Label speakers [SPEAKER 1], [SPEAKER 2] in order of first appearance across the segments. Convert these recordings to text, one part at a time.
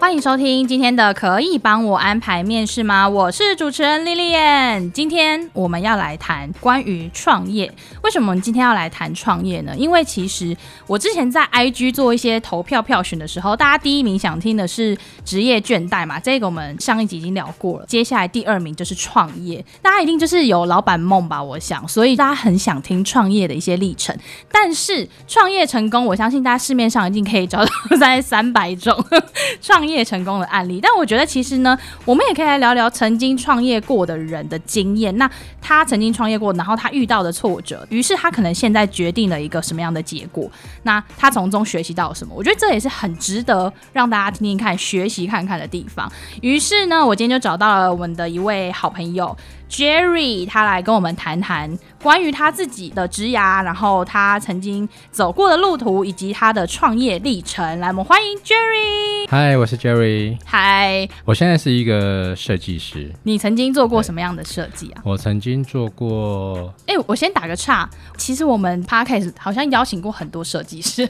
[SPEAKER 1] 欢迎收听今天的《可以帮我安排面试吗》？我是主持人莉莉安。今天我们要来谈关于创业。为什么我们今天要来谈创业呢？因为其实我之前在 IG 做一些投票票选的时候，大家第一名想听的是职业倦怠嘛，这个我们上一集已经聊过了。接下来第二名就是创业，大家一定就是有老板梦吧？我想，所以大家很想听创业的一些历程。但是创业成功，我相信大家市面上一定可以找到 大概三百种 创业成功的案例。但我觉得其实呢，我们也可以来聊聊曾经创业过的人的经验。那他曾经创业过，然后他遇到的挫折，于是他可能现在决定了一个什么样的结果。那他从中学习到了什么？我觉得这也是很值得让大家听听看、学习看看的地方。于是呢，我今天就找到了我们的一位好朋友 Jerry，他来跟我们谈谈关于他自己的职涯，然后他曾经走过的路途以及他的创业历程。来，我们欢迎 Jerry。
[SPEAKER 2] 嗨，我是 Jerry，
[SPEAKER 1] 嗨，
[SPEAKER 2] 我现在是一个设计师。
[SPEAKER 1] 你曾经做过什么样的设计啊？
[SPEAKER 2] 我曾经做过，
[SPEAKER 1] 哎、我先打个岔，其实我们 podcast 好像邀请过很多设计 师，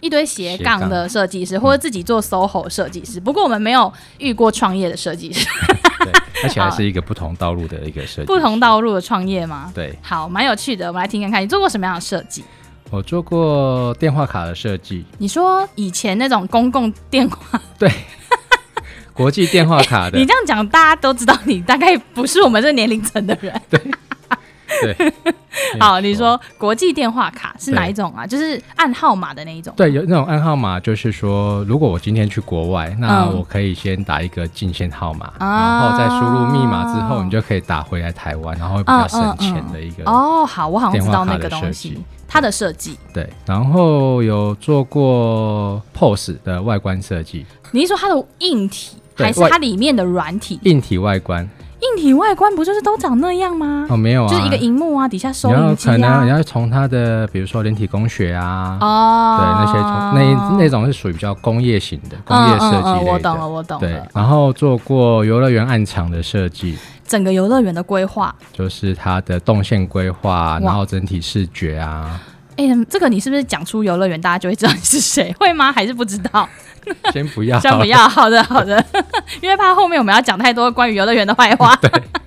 [SPEAKER 1] 一堆斜杠的设计
[SPEAKER 2] 嗯
[SPEAKER 1] 师，或者自己做 SOHO 设计师。不过我们没有遇过创业的设计师，
[SPEAKER 2] 对，而且还是一个不同道路的一个设计师。
[SPEAKER 1] 不同道路的创业吗？
[SPEAKER 2] 对，
[SPEAKER 1] 好，蛮有趣的，我们来听看看你做过什么样的设计。
[SPEAKER 2] 我做过电话卡的设计，
[SPEAKER 1] 你说以前那种公共电话，
[SPEAKER 2] 国际电话卡 的
[SPEAKER 1] 你。这样讲，大家都知道你大概不是我们这年龄层的人。
[SPEAKER 2] 对，哦
[SPEAKER 1] 好，
[SPEAKER 2] 没
[SPEAKER 1] 你
[SPEAKER 2] 有错
[SPEAKER 1] 说国际电话卡是哪一种啊？就是按号码的那一种。
[SPEAKER 2] 对，有那种暗号码，就是说，如果我今天去国外，那
[SPEAKER 1] 嗯
[SPEAKER 2] 我可以先打一个进线号码，
[SPEAKER 1] 啊
[SPEAKER 2] 然后再输入密码之后，你就可以打回来台湾，然后会比较省钱的一个。
[SPEAKER 1] 哦，好，我好像知道那个
[SPEAKER 2] 电话卡
[SPEAKER 1] 东
[SPEAKER 2] 的设计
[SPEAKER 1] 西，它的设计。
[SPEAKER 2] 对，然后有做过 POS 的外观设计，
[SPEAKER 1] 你是说它的硬体，
[SPEAKER 2] 对
[SPEAKER 1] 还是
[SPEAKER 2] 外
[SPEAKER 1] 它里面的软体？
[SPEAKER 2] 硬体外观。
[SPEAKER 1] 硬体外观不就是都长那样吗？
[SPEAKER 2] 哦，没有啊，
[SPEAKER 1] 就是一个荧幕啊，底下收
[SPEAKER 2] 你要
[SPEAKER 1] 音机
[SPEAKER 2] 可能你
[SPEAKER 1] 啊。
[SPEAKER 2] 要从它的，比如说人体工学啊，
[SPEAKER 1] 哦
[SPEAKER 2] 对，那些从那那种是属于比较工业型的工业设
[SPEAKER 1] 嗯嗯
[SPEAKER 2] 计
[SPEAKER 1] 嗯
[SPEAKER 2] 类
[SPEAKER 1] 我懂了，
[SPEAKER 2] 的。
[SPEAKER 1] 我懂
[SPEAKER 2] 对
[SPEAKER 1] 了。，
[SPEAKER 2] 然后做过游乐园暗场的设计，
[SPEAKER 1] 整个游乐园的规划，
[SPEAKER 2] 就是它的动线规
[SPEAKER 1] 哇
[SPEAKER 2] 划，然后整体视觉 啊，
[SPEAKER 1] 哎、这个你是不是讲出游乐园，大家就会知道你是谁？会吗？还是不知道？
[SPEAKER 2] 先不要，
[SPEAKER 1] 先不。要。好的，好的，因为怕后面我们要讲太多关于游乐园的坏话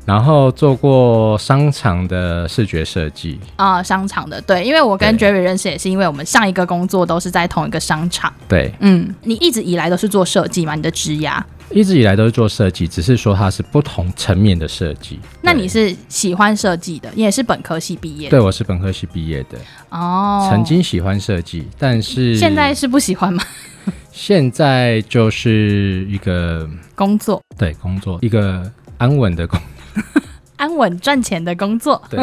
[SPEAKER 2] 然后做过商场的视觉设计，
[SPEAKER 1] 啊、商场的，对，因为我跟
[SPEAKER 2] 对
[SPEAKER 1] Jerry 认识也是因为我们上一个工作都是在同一个商场。
[SPEAKER 2] 对，
[SPEAKER 1] 嗯，你一直以来都是做设计嘛？你的职涯，
[SPEAKER 2] 一直以来都是做设计，只是说它是不同层面的设计。
[SPEAKER 1] 那
[SPEAKER 2] 对
[SPEAKER 1] 你是喜欢设计的，你也是本科系毕业的
[SPEAKER 2] 对我是本科系毕业的，
[SPEAKER 1] 哦。
[SPEAKER 2] 曾经喜欢设计，但是
[SPEAKER 1] 现在是不喜欢吗？
[SPEAKER 2] 现在就是一个
[SPEAKER 1] 工作
[SPEAKER 2] 对工作，一个安稳的工
[SPEAKER 1] 安稳赚钱的工作。
[SPEAKER 2] 对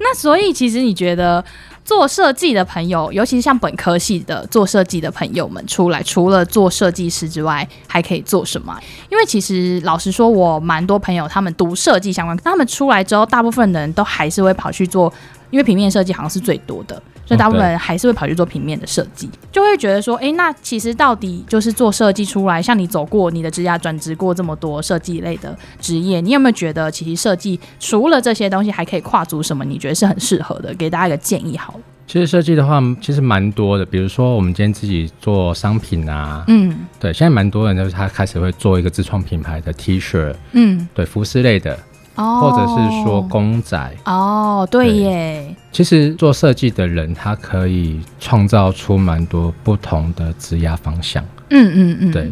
[SPEAKER 1] 那所以其实你觉得做设计的朋友，尤其是像本科系的做设计的朋友们出来，除了做设计师之外，还可以做什么啊？因为其实老实说，我蛮多朋友他们读设计相关，他们出来之后，大部分人都还是会跑去做，因为平面设计好像是最多的。所以大部分人还是会跑去做平面的设计，就会觉得说，诶，那其实到底就是做设计出来，像你走过你的职涯，转职过这么多设计类的职业，你有没有觉得其实设计除了这些东西，还可以跨足什么？你觉得是很适合的？给大家一个建议好了。
[SPEAKER 2] 其实设计的话，其实蛮多的，比如说我们今天自己做商品啊，
[SPEAKER 1] 嗯
[SPEAKER 2] 对，现在蛮多人就是他开始会做一个自创品牌的 T 恤，
[SPEAKER 1] 嗯，
[SPEAKER 2] 对，服饰类的，
[SPEAKER 1] 哦，
[SPEAKER 2] 或者是说公仔。
[SPEAKER 1] 哦，对
[SPEAKER 2] 对
[SPEAKER 1] 耶，
[SPEAKER 2] 其实做设计的人，他可以创造出蛮多不同的职涯方向。
[SPEAKER 1] 嗯嗯嗯，
[SPEAKER 2] 对，，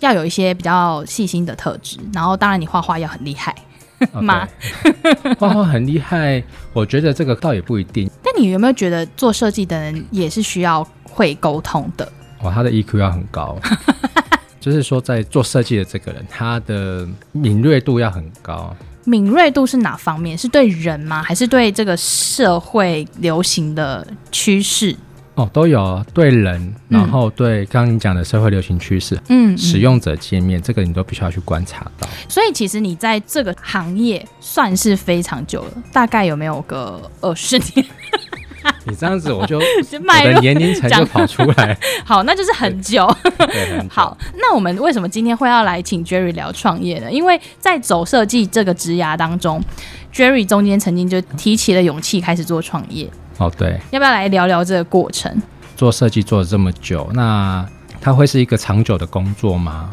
[SPEAKER 1] 要有一些比较细心的特质，然后当然你画画要很厉害。
[SPEAKER 2] 哦
[SPEAKER 1] 妈
[SPEAKER 2] 对画画很厉害，我觉得这个倒也不一定。
[SPEAKER 1] 但你有没有觉得做设计的人也是需要会沟通的？
[SPEAKER 2] 哇，他的 EQ 要很 高，就是说在做设计的这个人，他的敏锐度要很高。
[SPEAKER 1] 敏锐度是哪方面？是对人吗？还是对这个社会流行的趋势？
[SPEAKER 2] 哦，都有啊对人，然后对刚刚你讲的社会流行趋势、
[SPEAKER 1] 嗯，嗯
[SPEAKER 2] 使用者界面，这个你都必须要去观察到。
[SPEAKER 1] 所以其实你在这个行业算是非常久了，大概有没有个二十年？
[SPEAKER 2] 你这样子，我就
[SPEAKER 1] 脉
[SPEAKER 2] 我
[SPEAKER 1] 络
[SPEAKER 2] 的年龄层就跑出来。
[SPEAKER 1] 好，那就是很久。
[SPEAKER 2] 对，很久
[SPEAKER 1] 好，，那我们为什么今天会要来请 Jerry 聊创业呢？因为在走设计这个职涯当中，Jerry 中间曾经就提起了勇气开始做创业，
[SPEAKER 2] 哦，对，
[SPEAKER 1] 要不要来聊聊这个过程？
[SPEAKER 2] 做设计做了这么久，那它会是一个长久的工作吗？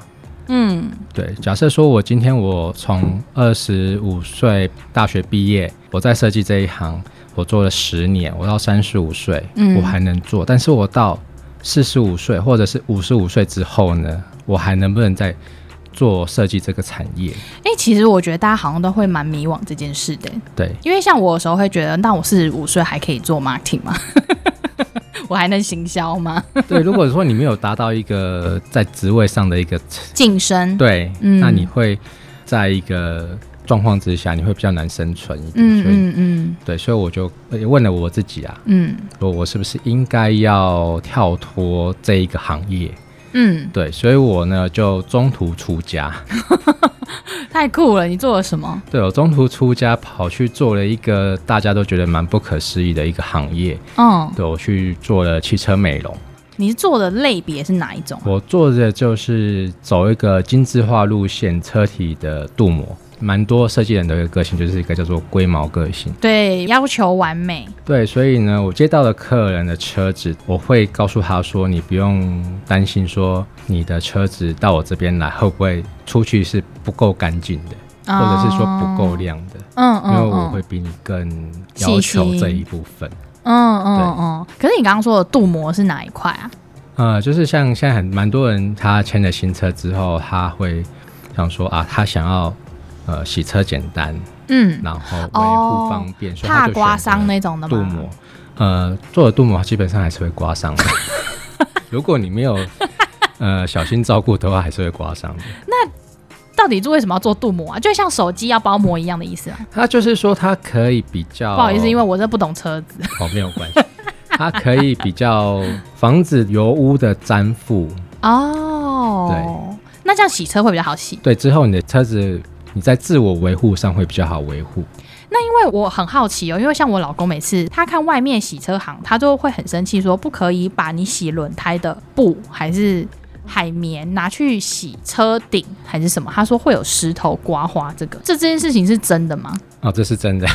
[SPEAKER 1] 嗯
[SPEAKER 2] 对，假设说我今天我从二十五岁大学毕业，我在设计这一行，我做了十年，我到三十五岁，
[SPEAKER 1] 嗯
[SPEAKER 2] 我还能做，但是我到四十五岁或者是五十五岁之后呢，我还能不能再做设计这个产业？
[SPEAKER 1] 哎、其实我觉得大家好像都会蛮迷惘这件事的，
[SPEAKER 2] 对，
[SPEAKER 1] 因为像我有时候会觉得，那我四十五岁还可以做 marketing 吗？ 我还能行销吗？
[SPEAKER 2] 对，如果说你没有达到一个在职位上的一个
[SPEAKER 1] 晋升？
[SPEAKER 2] 对，
[SPEAKER 1] 嗯
[SPEAKER 2] 那你会在一个状况之下，你会比较难生存一点，所以。
[SPEAKER 1] 嗯嗯
[SPEAKER 2] 对，所以我就呃也问了我自己啊，
[SPEAKER 1] 嗯
[SPEAKER 2] 我我是不是应该要跳脱这一个行业？
[SPEAKER 1] 嗯
[SPEAKER 2] 对，所以我呢就中途出家，
[SPEAKER 1] 嗯，太酷了！你做了什么？
[SPEAKER 2] 对我中途出家跑去做了一个大家都觉得蛮不可思议的一个行业，
[SPEAKER 1] 嗯，
[SPEAKER 2] 对我去做了汽车美容，
[SPEAKER 1] 你是做的类别是哪一种？
[SPEAKER 2] 我做的就是走一个精致化路线，车体的镀膜。蛮多设计人的一个个性，就是一个叫做龟毛个性。
[SPEAKER 1] 对，要求完美。
[SPEAKER 2] 对，所以呢，我接到了客人的车子，我会告诉他说，你不用担心说你的车子到我这边来会不会出去是不够干净的，或者是说不够亮的，
[SPEAKER 1] 哦啊嗯
[SPEAKER 2] 因
[SPEAKER 1] 嗯，
[SPEAKER 2] 为我会比你更要求这一部分。
[SPEAKER 1] 嗯嗯嗯。可是你刚刚说的镀膜是哪一块啊？
[SPEAKER 2] 呃，就是像现在很蛮多人，他签了新车之后，他会想说啊，他想要呃洗车简单，
[SPEAKER 1] 嗯，
[SPEAKER 2] 然后维
[SPEAKER 1] 哦
[SPEAKER 2] 护方便，所以
[SPEAKER 1] 怕
[SPEAKER 2] 他就选
[SPEAKER 1] 刮
[SPEAKER 2] 择
[SPEAKER 1] 伤那种的吗？
[SPEAKER 2] 镀膜，呃，做了镀膜基本上还是会 刮伤的。如果你没有呃小心照顾的话，还是会刮伤的。
[SPEAKER 1] 到底为什么要做镀膜啊？就像手机要包膜一样的意思啊。
[SPEAKER 2] 它就是说，它可以比较
[SPEAKER 1] 不好意思，因为我这不懂车子。
[SPEAKER 2] 哦没有关系，它可以比较防止油污的粘附。
[SPEAKER 1] 哦，对，那这样洗车会比较好洗。
[SPEAKER 2] 对，之后你的车子你在自我维护上会比较好维护。
[SPEAKER 1] 那因为我很好奇哦，因为像我老公每次他看外面洗车行，他就会很生气，说不可以把你洗轮胎的布还是海绵拿去洗车顶还是什么，他说会有石头刮花。这个这件事情是真的吗？
[SPEAKER 2] 哦，这是真的。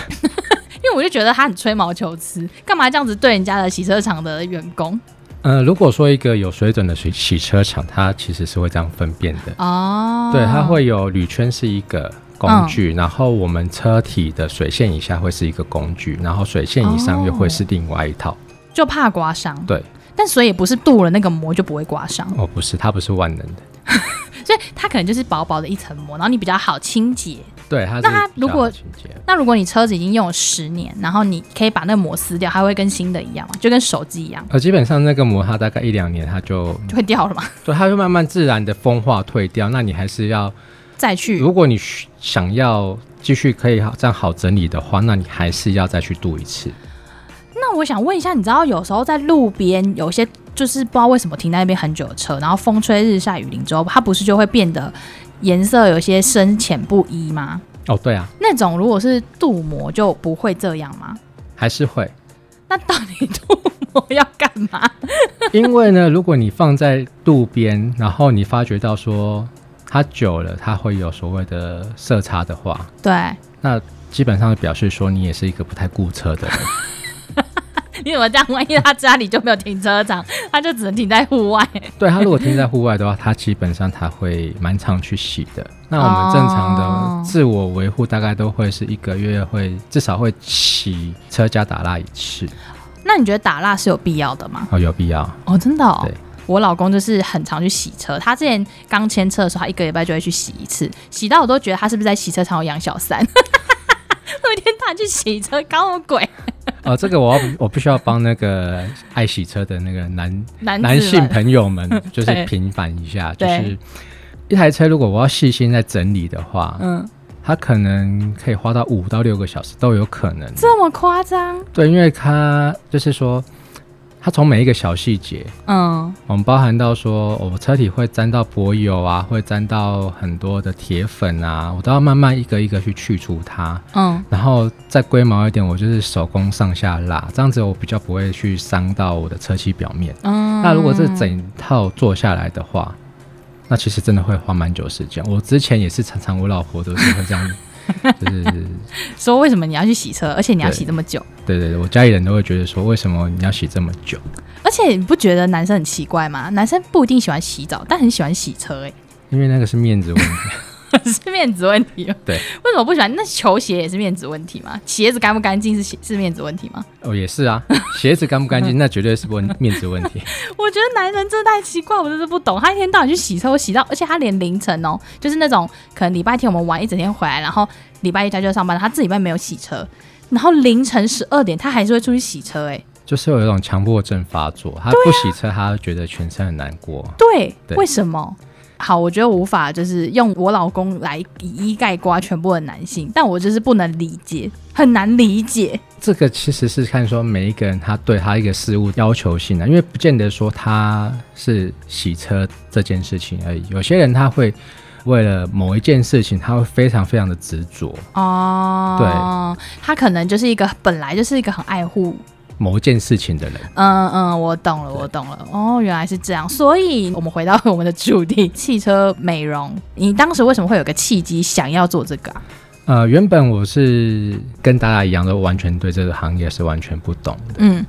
[SPEAKER 1] 因为我就觉得他很吹毛求疵，干嘛这样子对人家的洗车场的员工？
[SPEAKER 2] 呃，如果说一个有水准的洗洗车厂，它其实是会这样分辨的。
[SPEAKER 1] 哦，嗯
[SPEAKER 2] 对，它会有铝圈是一个工具，然后我们车体的水线以下会是一个工具，然后水线以上又会是另外一
[SPEAKER 1] 哦
[SPEAKER 2] 套。
[SPEAKER 1] 就怕刮伤。
[SPEAKER 2] 对，
[SPEAKER 1] 但所以也不是镀了那个膜就不会刮伤，
[SPEAKER 2] 哦，不是，它不是万能的。
[SPEAKER 1] 所以它可能就是薄薄的一层膜，然后你比较好清洁。
[SPEAKER 2] 对，它是
[SPEAKER 1] 那它
[SPEAKER 2] 比较
[SPEAKER 1] 如果
[SPEAKER 2] 情节
[SPEAKER 1] 那如果你车子已经用了十年，然后你可以把那个膜撕掉，它会跟新的一样吗？就跟手机一样，
[SPEAKER 2] 呃，基本上那个膜它大概一两年，它就
[SPEAKER 1] 就会掉了嘛？
[SPEAKER 2] 对，它会慢慢自然的风化退掉。那你还是要，
[SPEAKER 1] 再去
[SPEAKER 2] 如果你需想要继续可以好这样好整理的话，那你还是要再去镀一次。
[SPEAKER 1] 那我想问一下，你知道有时候在路边有些就是不知道为什么停在那边很久的车，然后风吹日晒雨淋之后，它不是就会变得颜色有些深浅不一吗？
[SPEAKER 2] 哦，对啊，
[SPEAKER 1] 那种如果是镀膜就不会这样吗？
[SPEAKER 2] 还是会。
[SPEAKER 1] 那到底镀膜要干 嘛？
[SPEAKER 2] 因为呢，如果你放在路边，然后你发觉到说它久了，它会有所谓的色差的话，
[SPEAKER 1] 对，
[SPEAKER 2] 那基本上表示说你也是一个不太顾车的人。
[SPEAKER 1] 你怎么这样？万一他家里就没有停车场，他就只能停在户外。
[SPEAKER 2] 对，它如果停在户外的话，它基本上它会蛮常去洗的。那我
[SPEAKER 1] 哦
[SPEAKER 2] 们正常的自我维护大概都会是一个月会至少会洗车加打蜡一次，
[SPEAKER 1] 那你觉得打蜡是有必要的吗？
[SPEAKER 2] 哦，有必要。
[SPEAKER 1] 哦，真的哦
[SPEAKER 2] 对。
[SPEAKER 1] 我老公就是很常去洗车，他之前刚签车的时候，他一个礼拜就会去洗一次，洗到我都觉得他是不是在洗车场有养小三。 我一天到晚去洗车，搞什么鬼？
[SPEAKER 2] 哦，这个我要我必须要帮那个爱洗车的那个男
[SPEAKER 1] 男子
[SPEAKER 2] 男性
[SPEAKER 1] 们
[SPEAKER 2] 朋友们， 就
[SPEAKER 1] 对
[SPEAKER 2] 是平反一下，就
[SPEAKER 1] 对
[SPEAKER 2] 是一台车如果我要细心在整理的话，
[SPEAKER 1] 嗯，
[SPEAKER 2] 它可能可以花到五到六个小时都有可能。
[SPEAKER 1] 这么夸张？
[SPEAKER 2] 对，因为它就是说，它从每一个小细节，
[SPEAKER 1] 嗯
[SPEAKER 2] 我们包含到说，我车体会沾到柏油啊，会沾到很多的铁粉啊，我都要慢慢一个一个去去除它，
[SPEAKER 1] 嗯
[SPEAKER 2] 然后再龟毛一点，我就是手工上下拉，这样子我比较不会去伤到我的车漆表面。
[SPEAKER 1] 嗯。
[SPEAKER 2] 那如果这整套做下来的话，那其实真的会花蛮久时间。我之前也是常常我老婆都是会这样， 就是
[SPEAKER 1] 说为什么你要去洗车，而且你要洗这么久？
[SPEAKER 2] 对对对，我家里人都会觉得说，为什么你要洗这么久？
[SPEAKER 1] 而且你不觉得男生很奇怪吗？男生不一定喜欢洗澡，但很喜欢洗车、欸，
[SPEAKER 2] 因为那个是面子问题。
[SPEAKER 1] 哎，是面子问题吗？
[SPEAKER 2] 对，
[SPEAKER 1] 为什么不喜欢？那球鞋也是面子问题吗？鞋子干不干净是是面子问题吗？
[SPEAKER 2] 哦，也是啊，鞋子干不干净，那绝对是问面子问题。
[SPEAKER 1] 我觉得男人真的太奇怪，我真是不懂。他一天到晚去洗车，我洗到，而且他连凌晨哦，就是那种可能礼拜天我们玩一整天回来，然后礼拜一他就要上班，他自己班没有洗车，然后凌晨十二点他还是会出去洗车、欸，哎，
[SPEAKER 2] 就是有一种强迫症发作，他不洗车，他会觉得全身很难过。
[SPEAKER 1] 对，
[SPEAKER 2] 对
[SPEAKER 1] 为什么？好，我觉得我无法就是用我老公来以一概括全部的男性，但我就是不能理解，很难理解。
[SPEAKER 2] 这个其实是看说每一个人他对他一个事物要求性啊的、因为不见得说他是洗车这件事情而已。有些人他会为了某一件事情，他会非常非常的执着，
[SPEAKER 1] 哦，对，他可能就是一个本来就是一个很爱护
[SPEAKER 2] 某一件事情的人。
[SPEAKER 1] 嗯嗯，我懂了，我懂了。哦，原来是这样。所以我们回到我们的主题，汽车美容。你当时为什么会有个契机想要做这个啊？
[SPEAKER 2] 呃，原本我是跟大家一样，都完全对这个行业是完全不懂的。
[SPEAKER 1] 嗯